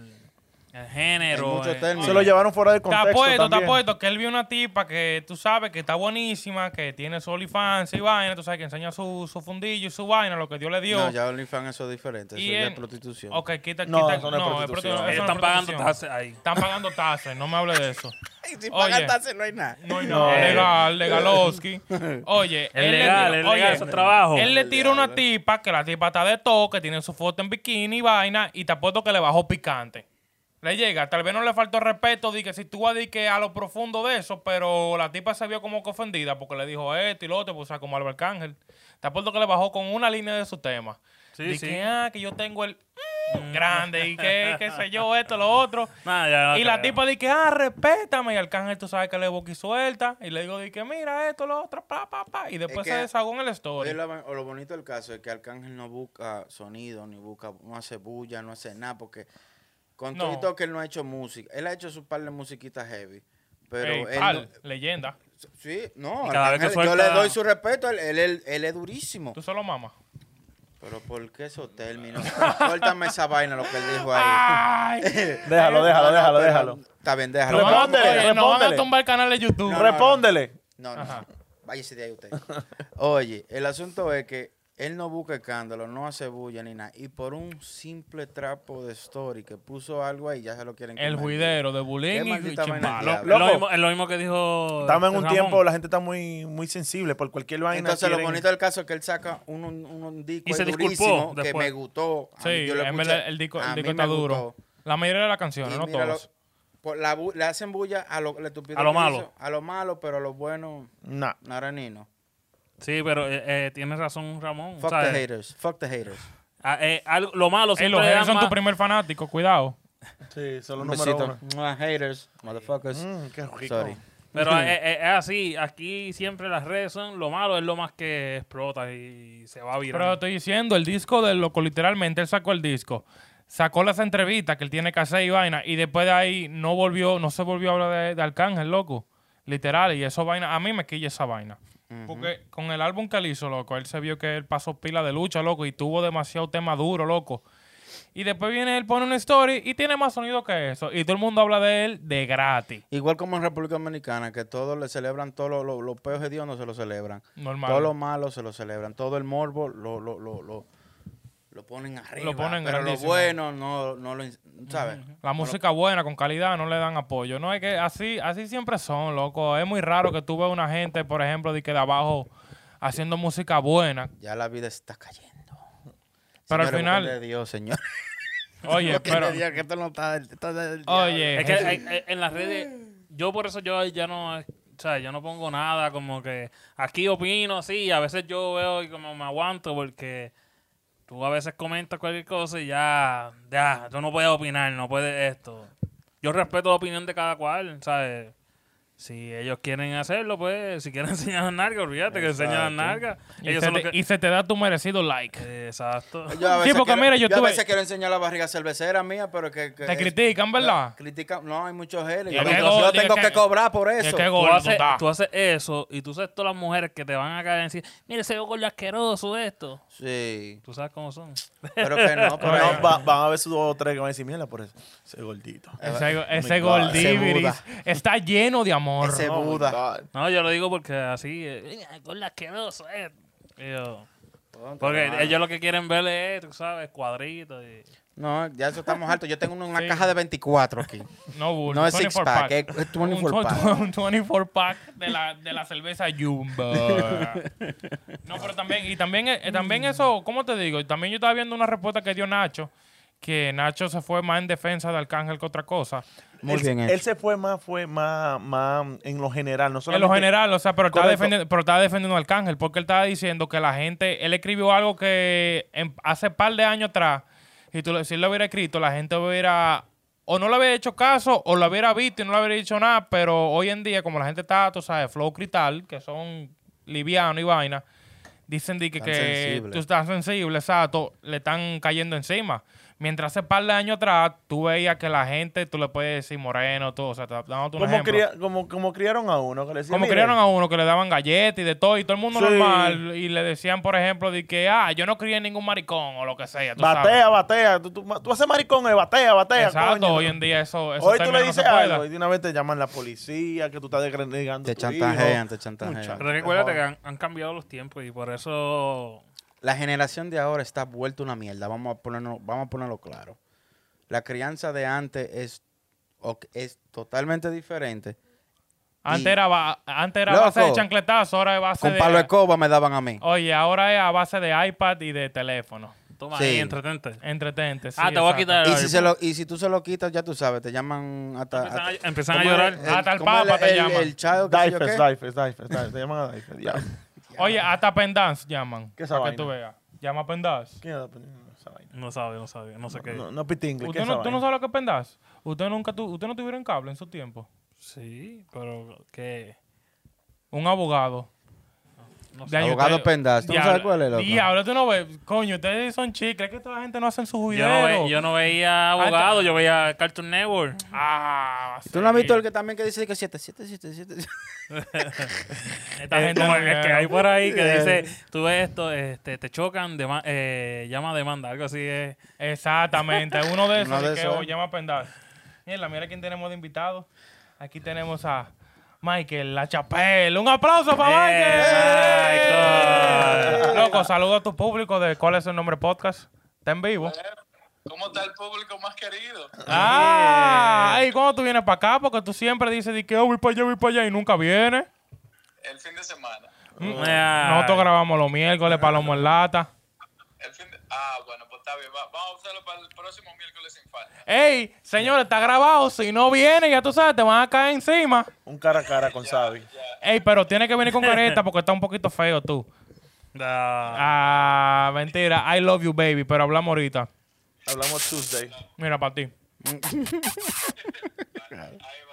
[SPEAKER 3] el género.
[SPEAKER 4] En muchos
[SPEAKER 3] en-
[SPEAKER 4] términos.
[SPEAKER 2] Se lo llevaron fuera de
[SPEAKER 1] Te
[SPEAKER 2] contexto
[SPEAKER 1] apuesto, te
[SPEAKER 2] también.
[SPEAKER 1] apuesto que él vio una tipa que tú sabes que está buenísima, que tiene su OnlyFans y vaina, tú sabes que enseña su, su fundillo y su vaina, lo que Dios le dio.
[SPEAKER 4] No, ya OnlyFans eso es diferente. Eso
[SPEAKER 1] Y
[SPEAKER 4] ya
[SPEAKER 1] en-
[SPEAKER 4] es prostitución.
[SPEAKER 1] Ok, quita, quita.
[SPEAKER 2] No, eso no es prostitución.
[SPEAKER 1] prostitución,
[SPEAKER 3] Ellos
[SPEAKER 1] eso no
[SPEAKER 3] están
[SPEAKER 1] es
[SPEAKER 3] pagando
[SPEAKER 1] prostitución.
[SPEAKER 3] tasas ahí.
[SPEAKER 1] Están pagando tasas, no me hable de eso.
[SPEAKER 4] Y *laughs*
[SPEAKER 1] Oye.
[SPEAKER 4] si pagan taxes no hay nada.
[SPEAKER 1] No,
[SPEAKER 2] No.
[SPEAKER 1] no, legal, legalowski. Oye,
[SPEAKER 3] eh. Es
[SPEAKER 1] él le
[SPEAKER 3] legal,
[SPEAKER 1] tiró-
[SPEAKER 3] es legal ese trabajo.
[SPEAKER 1] Él le
[SPEAKER 4] Es
[SPEAKER 1] tiró una
[SPEAKER 4] legal. eh.
[SPEAKER 1] tipa, que la tipa está de todo, que tiene su foto en bikini y vaina, y te apuesto que le bajó picante. Le llega, tal vez no le faltó respeto, di que si tú vas di que a lo profundo de eso, pero la tipa se vio como que ofendida porque le dijo esto y lo otro, pues, o sea, como Albert Ángel. Te apuesto que le bajó con una línea de su tema.
[SPEAKER 3] Sí,
[SPEAKER 1] Di
[SPEAKER 3] sí.
[SPEAKER 1] que, ah, que yo tengo el mm, grande y que, qué sé yo, esto, lo otro.
[SPEAKER 3] *laughs* Nah, ya no
[SPEAKER 1] Y la
[SPEAKER 3] creo.
[SPEAKER 1] tipa dice, ah, respétame. Y Arcángel, tú sabes que le boqui suelta. Y le digo, di que mira esto, lo otro, pa, pa, pa. Y después
[SPEAKER 4] que-
[SPEAKER 1] se desahogó en el
[SPEAKER 4] Oye,
[SPEAKER 1] story.
[SPEAKER 4] lo, o lo bonito del caso es que Arcángel no busca sonido, ni busca, no hace bulla, no hace nada, porque con
[SPEAKER 1] No.
[SPEAKER 4] todo y todo que él no ha hecho música, él ha hecho su par de musiquitas heavy, pero
[SPEAKER 1] Ey,
[SPEAKER 4] él
[SPEAKER 1] pal,
[SPEAKER 4] no-
[SPEAKER 1] leyenda.
[SPEAKER 4] sí, no,
[SPEAKER 3] Y cada vez que
[SPEAKER 4] Arcángel, yo
[SPEAKER 3] suelta-
[SPEAKER 4] le doy su respeto, él, él, él- él es durísimo,
[SPEAKER 1] Tú solo mamas.
[SPEAKER 4] pero ¿por qué esos términos? *laughs* Suéltame esa vaina lo que él dijo
[SPEAKER 3] Ah.
[SPEAKER 4] ahí. *laughs*
[SPEAKER 1] Ay,
[SPEAKER 2] Déjalo, déjalo,
[SPEAKER 4] No, no,
[SPEAKER 2] déjalo,
[SPEAKER 4] pero-
[SPEAKER 2] déjalo.
[SPEAKER 4] Está bien, déjalo.
[SPEAKER 1] nos van a-
[SPEAKER 2] Respóndele,
[SPEAKER 1] oye, nos van a
[SPEAKER 2] respóndele.
[SPEAKER 1] tumbar el canal de YouTube.
[SPEAKER 4] No, no,
[SPEAKER 2] Respóndele.
[SPEAKER 4] No, no,
[SPEAKER 1] Ajá.
[SPEAKER 4] no. *laughs* Váyase de ahí usted. Oye, el asunto es que él no busca escándalo, no hace bulla ni nada. Y por un simple trapo de story que puso algo ahí, ya se lo quieren
[SPEAKER 1] El
[SPEAKER 4] comer.
[SPEAKER 1] juidero de
[SPEAKER 4] Qué
[SPEAKER 1] bullying y
[SPEAKER 4] maldita vaina
[SPEAKER 1] chimbalo.
[SPEAKER 4] del
[SPEAKER 3] Es
[SPEAKER 4] diablo.
[SPEAKER 3] lo
[SPEAKER 2] Loco.
[SPEAKER 3] mismo, es lo mismo que dijo.
[SPEAKER 2] Estamos en un
[SPEAKER 3] Ramón.
[SPEAKER 2] tiempo, la gente está muy, muy sensible por cualquier vaina.
[SPEAKER 4] Entonces, lo
[SPEAKER 2] quieren-
[SPEAKER 4] bonito del caso es que él saca un, un, un- un disco
[SPEAKER 3] Y se
[SPEAKER 4] ahí
[SPEAKER 3] disculpó
[SPEAKER 4] durísimo que
[SPEAKER 3] después.
[SPEAKER 4] me gustó. A
[SPEAKER 1] Sí,
[SPEAKER 4] mí- yo lo
[SPEAKER 1] en
[SPEAKER 4] escuché.
[SPEAKER 1] verdad, el disco, el
[SPEAKER 4] A
[SPEAKER 1] disco
[SPEAKER 4] mí me
[SPEAKER 1] está duro.
[SPEAKER 4] gustó.
[SPEAKER 1] La mayoría de las
[SPEAKER 4] Y
[SPEAKER 1] canciones, no
[SPEAKER 4] mira lo-
[SPEAKER 1] todos.
[SPEAKER 4] por la bu- le hacen bulla a lo, la estupidez
[SPEAKER 3] A lo
[SPEAKER 4] que
[SPEAKER 3] malo.
[SPEAKER 4] hizo, a lo malo, pero a lo bueno,
[SPEAKER 2] Nah.
[SPEAKER 4] naranino.
[SPEAKER 3] Sí, pero eh, eh, tienes razón, Ramón.
[SPEAKER 4] Fuck
[SPEAKER 3] o sea,
[SPEAKER 4] the haters, fuck the haters.
[SPEAKER 3] ah, eh, algo- lo malo
[SPEAKER 1] Ey,
[SPEAKER 3] siempre
[SPEAKER 1] los
[SPEAKER 3] le dan
[SPEAKER 1] haters son
[SPEAKER 3] más-
[SPEAKER 1] tu primer fanático, cuidado.
[SPEAKER 2] Sí, solo
[SPEAKER 4] Un
[SPEAKER 2] número
[SPEAKER 4] besito.
[SPEAKER 2] uno.
[SPEAKER 4] Mua, Haters, motherfuckers.
[SPEAKER 2] Mm, qué rico.
[SPEAKER 4] Sorry.
[SPEAKER 3] Pero
[SPEAKER 1] *laughs*
[SPEAKER 3] eh, eh, es así. Aquí siempre las redes son lo malo, es lo más que explota y se va a virar.
[SPEAKER 1] Pero te estoy diciendo, el disco de loco, literalmente, él sacó el disco. Sacó las entrevistas que él tiene que hacer y vaina. Y después de ahí no volvió, no se volvió a hablar de, de Arcángel, loco. Literal. Y eso vaina, a mí me quilla esa vaina. Porque con el álbum que él hizo, loco, él se vio que él pasó pila de lucha, loco, y tuvo demasiado tema duro, loco. Y después viene él, pone una story y tiene más sonido que eso. Y todo el mundo habla de él de gratis.
[SPEAKER 4] Igual como en República Dominicana, que todos le celebran, todos los lo, los peos hediondos se lo celebran.
[SPEAKER 1] Normal.
[SPEAKER 4] Todo lo malo se lo celebran. Todo el morbo lo, lo, lo, lo, lo ponen arriba.
[SPEAKER 1] Lo ponen
[SPEAKER 4] pero lo
[SPEAKER 1] grandísimo.
[SPEAKER 4] bueno no, no lo... in- ¿Sabes?
[SPEAKER 1] La música buena, con calidad, no le dan apoyo. No es que así, así siempre son, loco. Es muy raro que tú veas una gente, por ejemplo, de que de abajo haciendo música buena.
[SPEAKER 4] Ya la vida está cayendo.
[SPEAKER 1] Pero al
[SPEAKER 4] Señores,
[SPEAKER 1] final-
[SPEAKER 4] busquen de Dios, señor.
[SPEAKER 1] *laughs*
[SPEAKER 4] *laughs*
[SPEAKER 1] Oye,
[SPEAKER 4] Busquen de
[SPEAKER 1] pero.
[SPEAKER 4] Dios, que esto no está del- está del
[SPEAKER 1] Oye,
[SPEAKER 3] Es que
[SPEAKER 1] Jesús,
[SPEAKER 3] eh, eh, en las redes, yo por eso yo ya no, eh, o sea, yo no pongo nada, como que aquí opino, sí, a veces yo veo y como me aguanto porque tú a veces comentas cualquier cosa y ya, ya, tú no puedes opinar, no puedes esto. Yo respeto la opinión de cada cual, ¿sabes? Si ellos quieren hacerlo, pues, si quieren *laughs* enseñar las nalgas, olvídate que enseñan las nalgas.
[SPEAKER 1] y,
[SPEAKER 3] Ellos
[SPEAKER 1] se
[SPEAKER 3] son los
[SPEAKER 1] te,
[SPEAKER 3] que...
[SPEAKER 1] y se te da tu merecido like.
[SPEAKER 3] Exacto.
[SPEAKER 4] Yo a
[SPEAKER 1] Sí,
[SPEAKER 4] veces
[SPEAKER 1] porque
[SPEAKER 4] quiero,
[SPEAKER 1] mira, yo
[SPEAKER 4] a
[SPEAKER 1] tuve-
[SPEAKER 4] veces quiero enseñar la barriga cervecera mía, pero que... que
[SPEAKER 1] Te
[SPEAKER 4] es-
[SPEAKER 1] critican, ¿verdad?
[SPEAKER 4] Critica, no, hay muchos haters.
[SPEAKER 1] Diga
[SPEAKER 4] Yo,
[SPEAKER 1] que
[SPEAKER 4] yo
[SPEAKER 1] gol, diga
[SPEAKER 4] tengo
[SPEAKER 1] que-
[SPEAKER 4] que, cobrar por
[SPEAKER 1] Es
[SPEAKER 4] eso.
[SPEAKER 1] que
[SPEAKER 3] tú
[SPEAKER 1] gordo
[SPEAKER 3] haces,
[SPEAKER 1] está.
[SPEAKER 3] tú haces eso y tú sabes todas las mujeres que te van a caer y decir, mire, ese gordo asqueroso esto.
[SPEAKER 4] Sí,
[SPEAKER 3] Tú sabes cómo son.
[SPEAKER 4] pero
[SPEAKER 1] *laughs*
[SPEAKER 4] que
[SPEAKER 2] Pero
[SPEAKER 4] no. pero-
[SPEAKER 2] no, va- van a ver sus dos o tres que van a decir, mierda por eso. Ese gordito.
[SPEAKER 4] Eh,
[SPEAKER 1] Ese, go- ese
[SPEAKER 2] my God.
[SPEAKER 1] Goldiviris
[SPEAKER 4] Ese
[SPEAKER 1] está lleno de amor.
[SPEAKER 4] Ese
[SPEAKER 2] Oh my
[SPEAKER 4] Buda.
[SPEAKER 2] God.
[SPEAKER 3] No, yo lo digo porque así, eh, "Mira, gordo asqueroso esto. Y yo, porque
[SPEAKER 4] Tonto,
[SPEAKER 3] ellos lo que quieren ver es, tú sabes, cuadritos. Y...
[SPEAKER 4] No, ya eso estamos altos. Yo tengo una, una
[SPEAKER 1] Sí.
[SPEAKER 4] caja de 24 aquí.
[SPEAKER 1] No, bull,
[SPEAKER 4] No es
[SPEAKER 1] 24
[SPEAKER 4] six pack, es- es 24
[SPEAKER 1] un, tw- *laughs*
[SPEAKER 4] pack.
[SPEAKER 1] un 24 pack de la, de la cerveza Jumbo. no, pero también, y también, eh, también eso, ¿cómo te digo? También yo estaba viendo una respuesta que dio Nacho, que Nacho se fue más en defensa de Arcángel que otra cosa.
[SPEAKER 4] Muy
[SPEAKER 2] él,
[SPEAKER 4] bien hecho.
[SPEAKER 2] Él se fue más, fue más, más en lo general. No
[SPEAKER 1] En lo
[SPEAKER 2] solamente-
[SPEAKER 1] general, o sea, pero estaba,
[SPEAKER 2] Correcto.
[SPEAKER 1] defendiendo, pero estaba defendiendo a Arcángel, porque él estaba diciendo que la gente, él escribió algo que en- hace par de años atrás, y tú, lo- si él lo hubiera escrito, la gente hubiera, o no le hubiera hecho caso, o lo hubiera visto y no le hubiera dicho nada, pero hoy en día, como la gente está, tú sabes, flow cristal, que son livianos y vaina, dicen de que,
[SPEAKER 4] Están
[SPEAKER 1] que
[SPEAKER 4] sensibles.
[SPEAKER 1] tú estás sensible, exacto, le están cayendo encima. Mientras hace par de años atrás, tú veías que la gente, tú le puedes decir moreno, todo, o sea, dándote un
[SPEAKER 2] Como,
[SPEAKER 1] ejemplo.
[SPEAKER 2] cría- como, como criaron a uno. Que le decían,
[SPEAKER 1] Como
[SPEAKER 2] "Mire,
[SPEAKER 1] criaron a uno que le daban galletas y de todo, y todo el mundo
[SPEAKER 2] Sí.
[SPEAKER 1] normal, y le decían, por ejemplo, de que, ah, yo no crié ningún maricón o lo que sea. Tú
[SPEAKER 2] Batea,
[SPEAKER 1] sabes.
[SPEAKER 2] batea. Tú, tú, tú haces maricón, eh, batea, batea.
[SPEAKER 1] Exacto,
[SPEAKER 2] coño".
[SPEAKER 1] hoy en día eso, eso
[SPEAKER 2] Hoy tú
[SPEAKER 1] términos
[SPEAKER 2] le
[SPEAKER 1] no
[SPEAKER 2] dices
[SPEAKER 1] se puede.
[SPEAKER 2] algo y de una vez te llaman la policía, que tú estás degradando
[SPEAKER 4] Te
[SPEAKER 2] tu
[SPEAKER 4] chantajean,
[SPEAKER 2] hijo.
[SPEAKER 4] te chantajean.
[SPEAKER 2] Muchacho,
[SPEAKER 3] Pero recuérdate que han, han cambiado los tiempos y por eso...
[SPEAKER 4] La generación de ahora está vuelta una mierda. Vamos a ponerlo, vamos a ponerlo claro. La crianza de antes es, o- es totalmente diferente.
[SPEAKER 1] Antes
[SPEAKER 4] Y-
[SPEAKER 1] era, ba- antes era a
[SPEAKER 4] Loco,
[SPEAKER 1] base de chancletazo, ahora es base
[SPEAKER 4] Con
[SPEAKER 1] de...
[SPEAKER 4] palo de escoba me daban a mí.
[SPEAKER 1] Oye, ahora es a base de iPad y de teléfono.
[SPEAKER 3] Toma
[SPEAKER 4] Sí.
[SPEAKER 3] ahí, entretente.
[SPEAKER 1] Entretente. sí,
[SPEAKER 3] ah, te voy a
[SPEAKER 1] exacto.
[SPEAKER 3] quitar
[SPEAKER 4] Y
[SPEAKER 3] el
[SPEAKER 4] si,
[SPEAKER 3] iPhone.
[SPEAKER 4] se lo, y si tú se lo quitas, ya tú sabes, te llaman hasta...
[SPEAKER 3] Empiezan a-
[SPEAKER 4] hasta-
[SPEAKER 3] empiezan a
[SPEAKER 4] ¿cómo
[SPEAKER 3] llorar.
[SPEAKER 4] es?
[SPEAKER 1] Hasta el
[SPEAKER 4] ¿cómo es
[SPEAKER 1] papa te llaman.
[SPEAKER 4] El child, qué sé yo
[SPEAKER 2] Diapers,
[SPEAKER 4] qué.
[SPEAKER 2] diapers, diapers, diapers. Te llaman a diapers.
[SPEAKER 4] *laughs*
[SPEAKER 2] ya.
[SPEAKER 1] Oye, hasta Pendance llaman.
[SPEAKER 2] ¿Qué esa
[SPEAKER 1] para que
[SPEAKER 2] vaina?
[SPEAKER 1] tú veas. Llama Pendance.
[SPEAKER 2] ¿Quién era pendiente de esa vaina?
[SPEAKER 3] No sabe, no sabe, no sé qué.
[SPEAKER 2] No, no pitingle, ¿qué
[SPEAKER 1] ¿Usted
[SPEAKER 2] es
[SPEAKER 1] no,
[SPEAKER 2] esa
[SPEAKER 1] ¿Tú no
[SPEAKER 2] vaina?
[SPEAKER 1] sabes lo que es Pendance? ¿Usted, nunca tu- ¿Usted no tuvieron cable en su tiempo?
[SPEAKER 3] Sí, pero que...
[SPEAKER 1] Un abogado.
[SPEAKER 3] No
[SPEAKER 1] De
[SPEAKER 3] sé.
[SPEAKER 1] año
[SPEAKER 4] Abogado
[SPEAKER 1] tre-
[SPEAKER 4] Pendas. ¿Tú no sabes
[SPEAKER 1] Diablo-
[SPEAKER 4] cuál es, loco?
[SPEAKER 1] Diablo, tú no ves. Coño, ustedes son chicos. ¿Crees que toda la gente no hacen sus
[SPEAKER 3] Yo
[SPEAKER 1] videos?
[SPEAKER 3] no, ve- yo no veía abogado, yo veía Cartoon Network.
[SPEAKER 1] Ah,
[SPEAKER 4] ¿Tú no has
[SPEAKER 1] sí.
[SPEAKER 4] visto el que también que dice que 7, 7,
[SPEAKER 3] *laughs*
[SPEAKER 4] 7, 7?
[SPEAKER 1] Esta
[SPEAKER 3] Eh,
[SPEAKER 1] gente
[SPEAKER 3] como
[SPEAKER 1] no
[SPEAKER 3] el
[SPEAKER 1] llega.
[SPEAKER 3] que hay por ahí que
[SPEAKER 4] eh.
[SPEAKER 3] dice, tú ves esto, este, te chocan, dema- eh, llama a demanda, algo así eh. es.
[SPEAKER 1] Exactamente. Uno
[SPEAKER 4] *laughs*
[SPEAKER 1] de esos
[SPEAKER 4] Uno de
[SPEAKER 1] que
[SPEAKER 4] esos.
[SPEAKER 1] hoy llama a Pendas. Mira, mira quién tenemos de invitado. Aquí tenemos a Michael La Chapelle. ¡Un aplauso para
[SPEAKER 3] ¡Eh,
[SPEAKER 1] Michael! Loco, saluda a tu público de cuál es el nombre podcast. Está en vivo.
[SPEAKER 5] ¿Cómo está el público más querido?
[SPEAKER 1] Ah, ¿y cuándo tú vienes para acá? Porque tú siempre dices de que oh, voy para allá, voy para allá y nunca vienes.
[SPEAKER 5] El fin de semana.
[SPEAKER 4] Mm.
[SPEAKER 3] Ah,
[SPEAKER 1] Nosotros grabamos los miércoles, Palomo en Lata.
[SPEAKER 5] El fin de- Ah, bueno, pues está bien. Va- vamos a usarlo para el próximo miércoles sin falta.
[SPEAKER 1] Ey, señores, está grabado. Si no viene, ya tú sabes, te van a caer encima.
[SPEAKER 2] Un cara a cara con Xavi.
[SPEAKER 1] Ey, pero tiene que venir con careta porque está un poquito feo tú.
[SPEAKER 3] da-
[SPEAKER 1] Ah, mentira. I love you, baby, pero hablamos ahorita.
[SPEAKER 2] Hablamos Tuesday.
[SPEAKER 1] Mira, para ti.
[SPEAKER 5] Ahí va,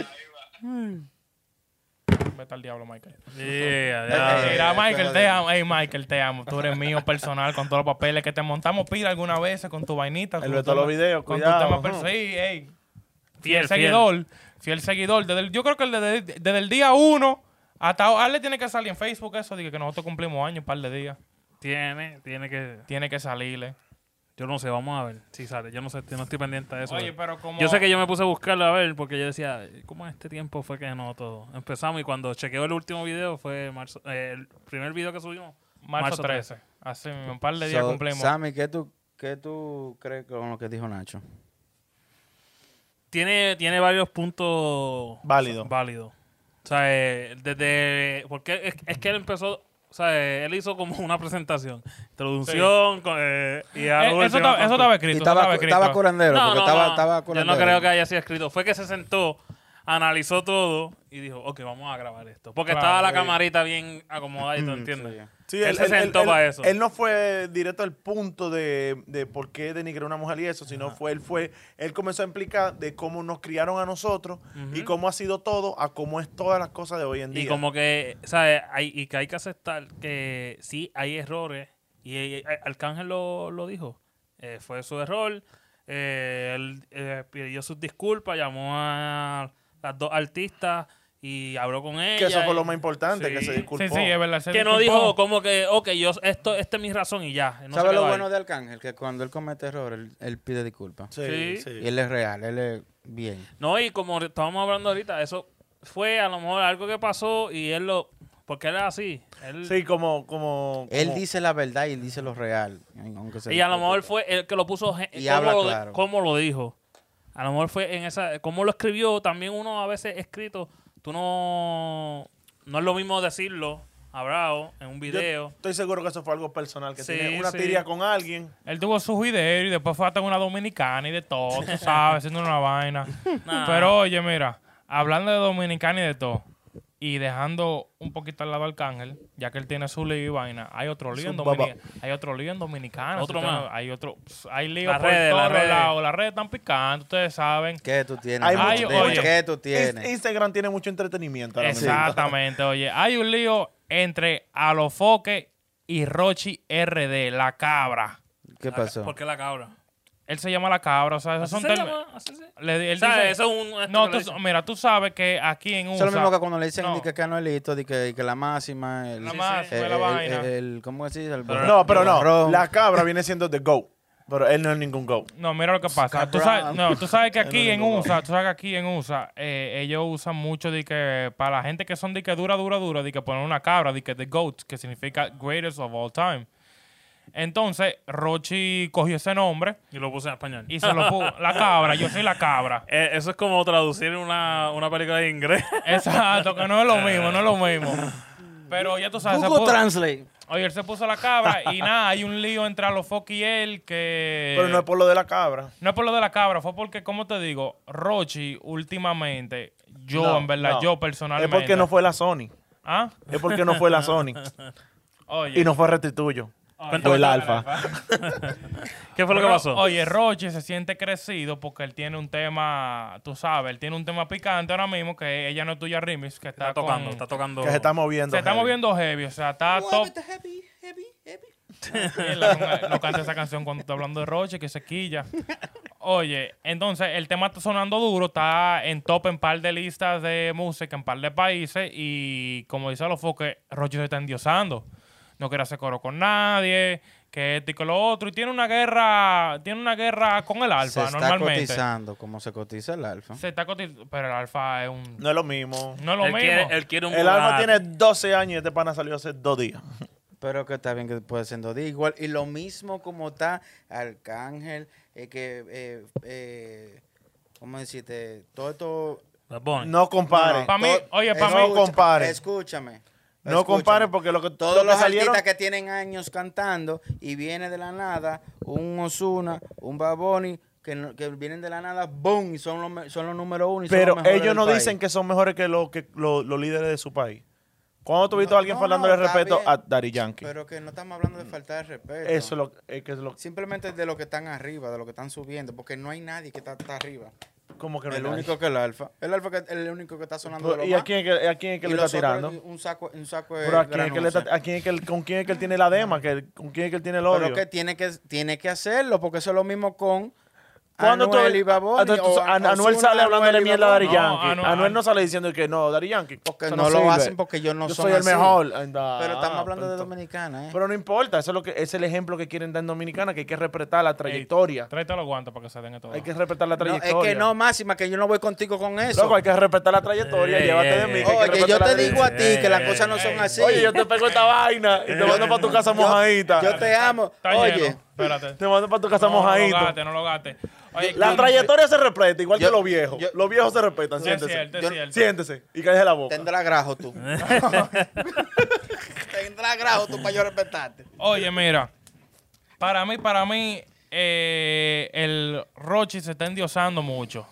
[SPEAKER 5] ahí va.
[SPEAKER 1] Vete al diablo, Michael.
[SPEAKER 3] Yeah,
[SPEAKER 4] Eh,
[SPEAKER 3] ya.
[SPEAKER 1] Mira, Michael,
[SPEAKER 4] pero
[SPEAKER 1] te
[SPEAKER 4] de-
[SPEAKER 1] amo. Ey, Michael, te amo. Tú eres mío personal con todos los papeles que te montamos pila alguna vez con tu vainita.
[SPEAKER 2] El
[SPEAKER 1] con
[SPEAKER 2] de
[SPEAKER 1] tu
[SPEAKER 2] todos los
[SPEAKER 1] tema-
[SPEAKER 2] videos,
[SPEAKER 1] Con
[SPEAKER 2] cuidado,
[SPEAKER 1] tu tema
[SPEAKER 2] ujú.
[SPEAKER 1] per- Sí, ey.
[SPEAKER 3] Fiel,
[SPEAKER 1] Fiel
[SPEAKER 3] fiel.
[SPEAKER 1] seguidor. Fiel seguidor. Desde el- yo creo que desde, desde el día uno hasta ahora le tiene que salir en Facebook eso. Dije que nosotros cumplimos años, un par de días.
[SPEAKER 3] Tiene, tiene que...
[SPEAKER 1] Tiene que salirle.
[SPEAKER 3] Yo no sé, vamos a ver si sale. Yo no sé, no estoy pendiente de eso.
[SPEAKER 1] Oye, pero como...
[SPEAKER 3] Yo sé que yo me puse a buscarlo a ver porque yo decía, ¿cómo en este tiempo fue que no todo? Empezamos y cuando chequeo el último video fue marzo, eh, el primer video que subimos.
[SPEAKER 1] Marzo
[SPEAKER 3] marzo
[SPEAKER 1] 13. Así mismo, un par de días
[SPEAKER 4] So,
[SPEAKER 1] cumplimos.
[SPEAKER 4] Sammy, ¿qué tú, ¿qué tú crees con lo que dijo Nacho?
[SPEAKER 3] Tiene, tiene varios puntos
[SPEAKER 2] Válido.
[SPEAKER 3] válidos. O sea, eh, desde. Porque es, es que él empezó O sea, eh, él hizo como una presentación. Introducción con, eh, y
[SPEAKER 1] Eh,
[SPEAKER 3] algo
[SPEAKER 1] eso,
[SPEAKER 3] del tema
[SPEAKER 1] estaba, eso
[SPEAKER 3] con-
[SPEAKER 1] estaba
[SPEAKER 4] Y
[SPEAKER 1] escrito. eso
[SPEAKER 4] estaba,
[SPEAKER 1] estaba
[SPEAKER 4] cu-
[SPEAKER 1] escrito.
[SPEAKER 4] estaba curandero,
[SPEAKER 3] No,
[SPEAKER 4] porque
[SPEAKER 3] no,
[SPEAKER 4] estaba,
[SPEAKER 3] no.
[SPEAKER 4] estaba
[SPEAKER 3] Yo
[SPEAKER 4] curandero.
[SPEAKER 3] no creo que haya sido escrito. Fue que se sentó, analizó todo y dijo, ok, vamos a grabar esto. Porque
[SPEAKER 1] Claro,
[SPEAKER 3] estaba la
[SPEAKER 4] sí.
[SPEAKER 3] camarita bien acomodada
[SPEAKER 4] Mm,
[SPEAKER 3] y tú entiendes.
[SPEAKER 2] Sí,
[SPEAKER 3] él, se sentó
[SPEAKER 2] él-
[SPEAKER 3] para eso.
[SPEAKER 2] Él no fue directo al punto de, de por qué denigrar a una mujer y eso, sino fue él fue él comenzó a implicar de cómo nos criaron a nosotros y
[SPEAKER 3] Ujú.
[SPEAKER 2] cómo ha sido todo a cómo es todas las cosas de hoy en día.
[SPEAKER 3] Y como que, ¿sabes? Hay, y que hay que aceptar que sí hay errores. Y eh, eh, Arcángel lo, lo dijo. Eh, fue su error. Eh, él eh, pidió sus disculpas, llamó a las dos artistas y habló con ellas.
[SPEAKER 2] que eso fue lo
[SPEAKER 3] y-
[SPEAKER 2] más importante, que
[SPEAKER 3] Sí.
[SPEAKER 2] se disculpó.
[SPEAKER 1] Sí, sí, es verdad. se
[SPEAKER 3] Que no
[SPEAKER 1] disculpó.
[SPEAKER 3] dijo como que, ok, yo, esto, esta es mi razón y ya. No se
[SPEAKER 4] ¿Sabes
[SPEAKER 3] quedó
[SPEAKER 4] lo
[SPEAKER 3] ahí.
[SPEAKER 4] bueno de Arcángel? Que cuando él comete error, él, él pide disculpas.
[SPEAKER 2] Sí,
[SPEAKER 3] Sí.
[SPEAKER 2] sí.
[SPEAKER 4] Y él es real, él es bien.
[SPEAKER 3] No, y como re- estábamos hablando ahorita, eso fue a lo mejor algo que pasó y él lo... Porque él es así. Él,
[SPEAKER 2] Sí, como, como,
[SPEAKER 4] Él
[SPEAKER 2] como-
[SPEAKER 4] dice la verdad y él dice lo real. aunque se
[SPEAKER 3] y a lo
[SPEAKER 4] disculpe.
[SPEAKER 3] mejor fue el que lo puso... gen-
[SPEAKER 4] Y
[SPEAKER 3] cómo
[SPEAKER 4] habla
[SPEAKER 3] lo,
[SPEAKER 4] claro.
[SPEAKER 3] cómo lo dijo. A lo mejor fue en esa... Cómo lo escribió. También uno a veces escrito, tú no... No es lo mismo decirlo hablado en un
[SPEAKER 2] yo
[SPEAKER 3] video.
[SPEAKER 2] estoy seguro que eso fue algo personal, que
[SPEAKER 3] Sí,
[SPEAKER 2] tiene una
[SPEAKER 3] sí.
[SPEAKER 2] tiria con alguien.
[SPEAKER 1] Él tuvo sus videos y después fue hasta una dominicana y de todo,
[SPEAKER 3] *laughs*
[SPEAKER 1] tú sabes, haciendo una vaina.
[SPEAKER 3] Nah.
[SPEAKER 1] Pero oye, mira, hablando de dominicana y de todo, y dejando un poquito al lado al cángel, ya que él tiene su lío y vaina, hay otro lío en
[SPEAKER 2] Su papá.
[SPEAKER 1] Dominicana. Hay otro lío en Dominicana.
[SPEAKER 3] Otro
[SPEAKER 1] si usted no-
[SPEAKER 3] más.
[SPEAKER 1] Hay otro. Hay lío
[SPEAKER 3] Las
[SPEAKER 1] por
[SPEAKER 3] redes, las
[SPEAKER 1] todos
[SPEAKER 3] redes.
[SPEAKER 1] lados. Las redes están picando, ustedes saben.
[SPEAKER 4] ¿Qué tú tienes?
[SPEAKER 2] Hay
[SPEAKER 4] Dime,
[SPEAKER 1] mucho-
[SPEAKER 4] dime,
[SPEAKER 1] oye.
[SPEAKER 4] ¿Qué tú
[SPEAKER 2] Ins-
[SPEAKER 4] tienes?
[SPEAKER 2] Instagram tiene mucho entretenimiento. ahora mismo.
[SPEAKER 1] Exactamente, oye. Hay un lío entre Alofoque y Rochi RD, la cabra.
[SPEAKER 4] ¿Qué
[SPEAKER 3] La-
[SPEAKER 4] pasó?
[SPEAKER 3] ¿Por qué la cabra?
[SPEAKER 1] Él se llama la cabra, o sea, esos son
[SPEAKER 3] ¿Así se
[SPEAKER 1] términos-
[SPEAKER 3] llama? ¿Así se-
[SPEAKER 1] Le di- él
[SPEAKER 3] ¿Sabes?
[SPEAKER 1] dice-
[SPEAKER 3] Eso es un... esto
[SPEAKER 1] No,
[SPEAKER 3] que le
[SPEAKER 1] tú-
[SPEAKER 3] dicen.
[SPEAKER 1] mira, tú sabes que aquí en
[SPEAKER 4] Eso es lo
[SPEAKER 1] USA,
[SPEAKER 4] mismo que cuando le dicen
[SPEAKER 1] no.
[SPEAKER 4] di que Canelito, di que, que la máxima, el,
[SPEAKER 1] la
[SPEAKER 3] sí,
[SPEAKER 1] más
[SPEAKER 4] el-
[SPEAKER 1] fue la
[SPEAKER 4] el-
[SPEAKER 1] vaina.
[SPEAKER 4] el- el- ¿cómo se dice? El
[SPEAKER 3] Pero-
[SPEAKER 4] borrón,
[SPEAKER 2] No, pero
[SPEAKER 4] el
[SPEAKER 2] no.
[SPEAKER 4] borrón.
[SPEAKER 2] La cabra viene siendo The Go. Pero él no es ningún Go.
[SPEAKER 1] No, mira lo que pasa. Tú sabes,
[SPEAKER 4] Cabrón.
[SPEAKER 1] no, tú
[SPEAKER 4] *laughs*
[SPEAKER 1] sabes que aquí
[SPEAKER 2] no
[SPEAKER 1] en
[SPEAKER 2] tengo
[SPEAKER 1] USA, tú sabes que aquí en USA, eh, ellos usan mucho de que para la gente que son de que dura, dura, dura, de que ponen una cabra, de que the GOAT, que significa greatest of all time. Entonces, Rochi cogió ese nombre
[SPEAKER 3] Y lo puse en español.
[SPEAKER 1] y se lo puso.
[SPEAKER 3] *laughs*
[SPEAKER 1] La cabra, yo soy la cabra.
[SPEAKER 3] Eh, eso es como traducir una, una película de inglés. *laughs*
[SPEAKER 1] Exacto, que no es lo mismo, no es lo mismo. Pero ya tú sabes, Ah, se
[SPEAKER 4] Google
[SPEAKER 1] puso-
[SPEAKER 4] Translate.
[SPEAKER 1] Oye, él se puso la cabra
[SPEAKER 2] *laughs*
[SPEAKER 1] y nada, hay un lío entre Alofoque y él que...
[SPEAKER 2] Pero no es por lo de la cabra.
[SPEAKER 1] No es por lo de la cabra, fue porque, como te digo, Rochi últimamente, yo
[SPEAKER 2] No,
[SPEAKER 1] en verdad,
[SPEAKER 2] no.
[SPEAKER 1] yo personalmente...
[SPEAKER 2] Es porque no fue la Sony.
[SPEAKER 1] ¿Ah?
[SPEAKER 2] Es porque no
[SPEAKER 1] *laughs*
[SPEAKER 2] fue la Sony.
[SPEAKER 1] Oye.
[SPEAKER 2] y no fue Restituyo. Fue el Alfa. *laughs*
[SPEAKER 3] ¿Qué fue lo que
[SPEAKER 1] Ro-
[SPEAKER 3] pasó?
[SPEAKER 1] Oye, Rochi se siente crecido porque él tiene un tema, tú sabes, él tiene un tema picante ahora mismo que ella no es tuya, Rimis, que está,
[SPEAKER 3] está tocando,
[SPEAKER 1] con-
[SPEAKER 3] está tocando.
[SPEAKER 2] Que se está moviendo.
[SPEAKER 1] Oh. Se está
[SPEAKER 2] heavy.
[SPEAKER 1] moviendo heavy, o sea, está top. Tranquila, no canta esa canción cuando está hablando de Roche, que se quilla. Oye, entonces el tema está sonando duro, está en top en par de listas de música, en par de países, y como dice los foques, Roche se está endiosando. No quiere hacer coro con nadie, que esto y que lo otro, y tiene una guerra, tiene una guerra con el
[SPEAKER 4] Se
[SPEAKER 1] alfa
[SPEAKER 4] está
[SPEAKER 1] normalmente.
[SPEAKER 4] cotizando, como se cotiza el alfa.
[SPEAKER 1] Se está cotizando, pero el alfa es un
[SPEAKER 2] No es lo mismo.
[SPEAKER 1] no es lo
[SPEAKER 3] él,
[SPEAKER 1] mismo.
[SPEAKER 3] quiere, él quiere un
[SPEAKER 2] El Alfa
[SPEAKER 3] Bugatti.
[SPEAKER 2] tiene 12 años y este pana salió hace dos días.
[SPEAKER 4] Pero que está bien que puede ser en dos días igual. Y lo mismo como está Arcángel, eh, que, eh, eh, ¿cómo decirte? Todo esto...
[SPEAKER 3] Bad Bunny.
[SPEAKER 2] No compare.
[SPEAKER 4] no,
[SPEAKER 1] Pa' mí-
[SPEAKER 4] todo- eh,
[SPEAKER 1] oye, pa'
[SPEAKER 2] mí-
[SPEAKER 4] escucha-
[SPEAKER 2] No compare.
[SPEAKER 4] Escúchame.
[SPEAKER 2] No
[SPEAKER 4] escúchame.
[SPEAKER 2] compare porque lo que
[SPEAKER 4] Todos
[SPEAKER 2] lo que
[SPEAKER 4] los
[SPEAKER 2] salieron-
[SPEAKER 4] artistas que tienen años cantando y viene de la nada un Osuna, un Baboni, que, no- que vienen de la nada, boom, y son los, me- son los número uno. Y son los
[SPEAKER 2] Pero
[SPEAKER 4] mejores
[SPEAKER 2] ellos
[SPEAKER 4] del
[SPEAKER 2] no
[SPEAKER 4] país.
[SPEAKER 2] dicen que son mejores que, los que lo- los líderes de su país. ¿Cuándo tuviste
[SPEAKER 4] No,
[SPEAKER 2] a alguien
[SPEAKER 4] no,
[SPEAKER 2] faltándole
[SPEAKER 4] no, está
[SPEAKER 2] respeto
[SPEAKER 4] bien.
[SPEAKER 2] a Daddy Yankee?
[SPEAKER 4] Pero que no estamos hablando de falta de respeto.
[SPEAKER 2] Eso es lo, es que es lo
[SPEAKER 4] Simplemente de lo que están arriba, de lo que están subiendo, porque no hay nadie que está, está arriba.
[SPEAKER 2] como que no
[SPEAKER 4] El
[SPEAKER 2] hay
[SPEAKER 4] único que el alfa. El alfa que el único que está sonando de lo
[SPEAKER 2] nadie. ¿Y
[SPEAKER 4] más.
[SPEAKER 2] a quién es que, a quién es que
[SPEAKER 4] Y
[SPEAKER 2] le está
[SPEAKER 4] los otros,
[SPEAKER 2] tirando?
[SPEAKER 4] Un saco, un saco de
[SPEAKER 2] Pero a quién es que le
[SPEAKER 4] granuja.
[SPEAKER 2] está, a quién es que él- con quién es que él tiene la dema, que, con quién es que él tiene el odio.
[SPEAKER 4] Pero que tiene que tiene que hacerlo, porque eso es lo mismo con
[SPEAKER 2] Cuando
[SPEAKER 4] Anuel y Bad Bunny, o Ozuna,
[SPEAKER 2] Ah, Anuel sale hablando de
[SPEAKER 4] Anuel y
[SPEAKER 2] mierda a
[SPEAKER 4] Bad
[SPEAKER 2] Dari
[SPEAKER 4] Bunny.
[SPEAKER 1] Bunny.
[SPEAKER 2] Yankee.
[SPEAKER 1] No, Anuel-
[SPEAKER 2] Anuel no sale diciendo que no, Dari Yankee.
[SPEAKER 4] Porque
[SPEAKER 2] eso
[SPEAKER 4] no, lo
[SPEAKER 2] sirve.
[SPEAKER 4] hacen porque ellos no
[SPEAKER 2] Yo
[SPEAKER 4] son
[SPEAKER 2] soy el
[SPEAKER 4] así.
[SPEAKER 2] mejor. Anda,
[SPEAKER 4] Pero estamos
[SPEAKER 2] ah,
[SPEAKER 4] hablando de
[SPEAKER 2] punto.
[SPEAKER 4] dominicana, ¿eh?
[SPEAKER 2] Pero no importa, eso es lo que es el ejemplo que quieren dar en Dominicana, que hay que respetar la trayectoria.
[SPEAKER 1] Tráete los guantes para que se den esto.
[SPEAKER 2] Hay que respetar la
[SPEAKER 4] No,
[SPEAKER 2] trayectoria.
[SPEAKER 4] es que no, Máxima, que yo no voy contigo con eso.
[SPEAKER 2] Loco, hay que respetar la trayectoria,
[SPEAKER 3] Ey,
[SPEAKER 2] llévate
[SPEAKER 3] ey,
[SPEAKER 2] de mí. que hay
[SPEAKER 3] ey.
[SPEAKER 2] que
[SPEAKER 4] Oye,
[SPEAKER 2] respetar la
[SPEAKER 4] yo te
[SPEAKER 2] trayectoria.
[SPEAKER 4] digo a ti que las
[SPEAKER 3] Ey,
[SPEAKER 4] cosas no
[SPEAKER 3] ey,
[SPEAKER 4] son
[SPEAKER 3] ey.
[SPEAKER 4] así.
[SPEAKER 2] Oye, yo te pego esta vaina y te mando para tu casa mojadita.
[SPEAKER 4] Yo te amo.
[SPEAKER 1] Está
[SPEAKER 4] Oye,
[SPEAKER 1] lleno. Espérate.
[SPEAKER 4] *laughs*
[SPEAKER 2] Te mando para tu casa
[SPEAKER 1] No, no lo
[SPEAKER 2] mojadita.
[SPEAKER 1] gates, no lo gates. Oye,
[SPEAKER 2] La
[SPEAKER 1] Cam-
[SPEAKER 2] trayectoria se respeta, igual
[SPEAKER 4] Yo-
[SPEAKER 2] que los viejos.
[SPEAKER 4] yo-
[SPEAKER 2] los viejos se respetan,
[SPEAKER 1] Sí, es
[SPEAKER 2] siéntese.
[SPEAKER 1] cierto, es
[SPEAKER 4] Yo-
[SPEAKER 1] cierto.
[SPEAKER 2] Siéntese y cállese la boca.
[SPEAKER 4] tendrá grajo tú.
[SPEAKER 6] quién te la grajo tú para yo respetarte?
[SPEAKER 1] Oye, mira. Para mí, para mí, eh, el Rochi se está endiosando mucho.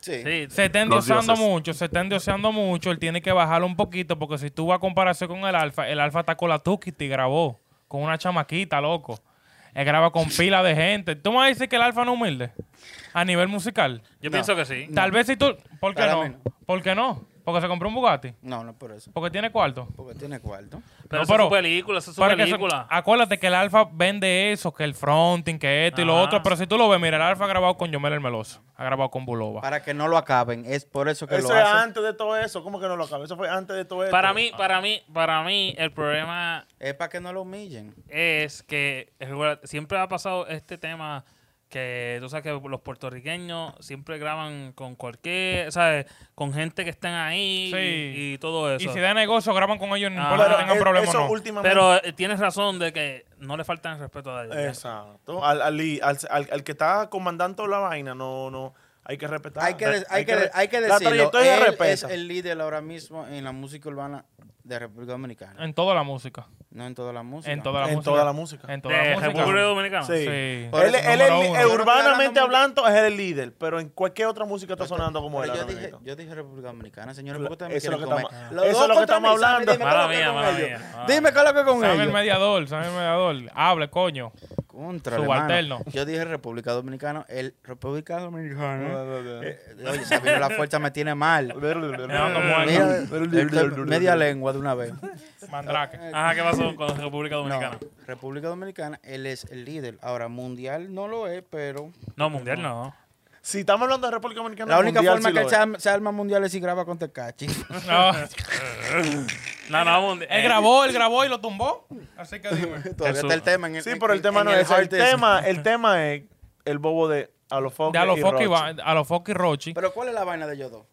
[SPEAKER 4] Sí.
[SPEAKER 3] Sí,
[SPEAKER 1] Se está
[SPEAKER 7] Los
[SPEAKER 1] endiosando
[SPEAKER 7] dioses.
[SPEAKER 1] mucho, se está endiosando mucho. Él tiene que bajarlo un poquito porque si tú vas a comparación con el Alfa, el Alfa está con la Tukiti y grabó con una chamaquita, loco. Él graba con pila de gente. ¿Tú me vas a decir que el Alfa no es humilde? A nivel musical.
[SPEAKER 3] yo pienso que sí.
[SPEAKER 1] Tal vez si tú... ¿Por qué
[SPEAKER 4] Para
[SPEAKER 1] no?
[SPEAKER 4] mí
[SPEAKER 1] ¿Por qué no? Porque se compró un Bugatti.
[SPEAKER 4] No, no por eso.
[SPEAKER 1] Porque tiene cuarto.
[SPEAKER 4] Porque tiene cuarto.
[SPEAKER 1] No,
[SPEAKER 3] Pero esa es
[SPEAKER 1] pero-
[SPEAKER 3] su película, esa es su
[SPEAKER 1] Pero que Ah,
[SPEAKER 3] película.
[SPEAKER 1] eso- acuérdate que el Alfa vende eso, que el fronting, que esto y lo
[SPEAKER 3] Ajá.
[SPEAKER 1] otro. Pero si tú lo ves, mira, el Alfa ha grabado con Yomel el Meloso. Ha grabado con Buloba.
[SPEAKER 4] Para que no lo acaben. Es por eso que
[SPEAKER 2] Eso
[SPEAKER 4] lo
[SPEAKER 2] es
[SPEAKER 4] hacen.
[SPEAKER 2] antes de todo eso. ¿Cómo que no lo acabo? Eso fue antes de todo eso.
[SPEAKER 3] Para
[SPEAKER 1] ah.
[SPEAKER 3] mí, para mí, para mí, el problema
[SPEAKER 4] Es para que no lo humillen.
[SPEAKER 3] es que recuerda, siempre ha pasado este tema que tú sabes que los puertorriqueños siempre graban con cualquier, ¿sabes? Con gente que estén ahí
[SPEAKER 1] Sí.
[SPEAKER 3] y, y todo
[SPEAKER 1] Y
[SPEAKER 3] eso.
[SPEAKER 1] si da negocio, graban con ellos, no
[SPEAKER 3] Ah.
[SPEAKER 1] importa
[SPEAKER 2] Pero
[SPEAKER 1] si tengan
[SPEAKER 2] e-
[SPEAKER 1] problemas o
[SPEAKER 2] eso
[SPEAKER 1] no.
[SPEAKER 2] últimamente.
[SPEAKER 3] Pero eh, tienes razón de que no le faltan el respeto a ellos.
[SPEAKER 2] Exacto. Al, al, li- al, al- al que está comandando la vaina, no, no. Hay que respetar.
[SPEAKER 4] Hay que, de- hay que,
[SPEAKER 2] re-
[SPEAKER 4] de- hay que
[SPEAKER 2] La
[SPEAKER 4] decirlo.
[SPEAKER 2] trayectoria
[SPEAKER 4] él es
[SPEAKER 2] respeta.
[SPEAKER 4] el líder ahora mismo en la música urbana de República Dominicana.
[SPEAKER 1] En toda la música.
[SPEAKER 4] No en toda la música.
[SPEAKER 1] Eh. En toda la
[SPEAKER 2] En
[SPEAKER 1] música.
[SPEAKER 2] toda la música.
[SPEAKER 1] En toda
[SPEAKER 3] De
[SPEAKER 1] la música.
[SPEAKER 3] República Dominicana.
[SPEAKER 2] Sí.
[SPEAKER 1] Sí.
[SPEAKER 4] Por
[SPEAKER 2] Él,
[SPEAKER 4] eso,
[SPEAKER 2] él
[SPEAKER 1] número uno.
[SPEAKER 2] es li- eh,
[SPEAKER 1] Yo no
[SPEAKER 4] estoy
[SPEAKER 2] urbanamente
[SPEAKER 4] hablando
[SPEAKER 2] hablando, es el líder, pero en cualquier otra música está sonando como él.
[SPEAKER 4] Pero yo,
[SPEAKER 2] ahora
[SPEAKER 4] dije,
[SPEAKER 2] mismo.
[SPEAKER 4] yo dije República Dominicana, señores.
[SPEAKER 2] Cla-
[SPEAKER 4] ¿por qué ustedes me
[SPEAKER 2] eso es lo
[SPEAKER 4] quieren
[SPEAKER 2] que
[SPEAKER 4] comer?
[SPEAKER 2] estamos-
[SPEAKER 4] Los
[SPEAKER 2] eso
[SPEAKER 4] dos
[SPEAKER 2] es lo que
[SPEAKER 4] contra
[SPEAKER 2] estamos
[SPEAKER 4] mí, Sammy,
[SPEAKER 2] hablando.
[SPEAKER 4] dime
[SPEAKER 3] Mala
[SPEAKER 4] qué es lo
[SPEAKER 3] mía,
[SPEAKER 4] que
[SPEAKER 3] mala
[SPEAKER 4] con ellos.
[SPEAKER 3] mía. Ah.
[SPEAKER 4] Dime qué es lo que con
[SPEAKER 1] Sabe el
[SPEAKER 4] ellos.
[SPEAKER 1] mediador, sabe el mediador. Hable, coño.
[SPEAKER 4] Contra,
[SPEAKER 1] Subalterno.
[SPEAKER 4] Yo dije República Dominicana. El República Dominicana. Eh, Oye, Sabino, la fuerza me
[SPEAKER 2] *laughs*
[SPEAKER 4] tiene mal.
[SPEAKER 1] No, como
[SPEAKER 4] Mira,
[SPEAKER 1] el
[SPEAKER 4] estoy media lengua de una vez.
[SPEAKER 1] mandrake.
[SPEAKER 2] *laughs*
[SPEAKER 3] Ajá, ¿qué pasó con la República Dominicana?
[SPEAKER 4] No, República Dominicana, él es el líder. Ahora, mundial no lo es, pero.
[SPEAKER 3] No, mundial no.
[SPEAKER 2] Si estamos hablando de República Dominicana,
[SPEAKER 4] La única
[SPEAKER 2] mundial
[SPEAKER 4] forma
[SPEAKER 2] sí
[SPEAKER 4] que
[SPEAKER 2] lo
[SPEAKER 4] él
[SPEAKER 2] es.
[SPEAKER 4] se, se arma mundial es si graba con *laughs* Tecachi.
[SPEAKER 1] No.
[SPEAKER 3] *laughs* No, no, mundial.
[SPEAKER 1] Él grabó, él grabó y lo tumbó. Así que
[SPEAKER 2] *laughs*
[SPEAKER 1] dime.
[SPEAKER 4] Todavía
[SPEAKER 3] Eso.
[SPEAKER 4] está el tema en el
[SPEAKER 2] Sí, pero el tema
[SPEAKER 4] en
[SPEAKER 2] no es ese. El
[SPEAKER 4] hard disk.
[SPEAKER 2] tema, el tema es el bobo de a los focos.
[SPEAKER 1] De a los
[SPEAKER 2] y
[SPEAKER 1] Focke y
[SPEAKER 2] Rochi.
[SPEAKER 1] Va- a los Focke y Rochi.
[SPEAKER 4] Pero ¿cuál es la vaina de ellos dos?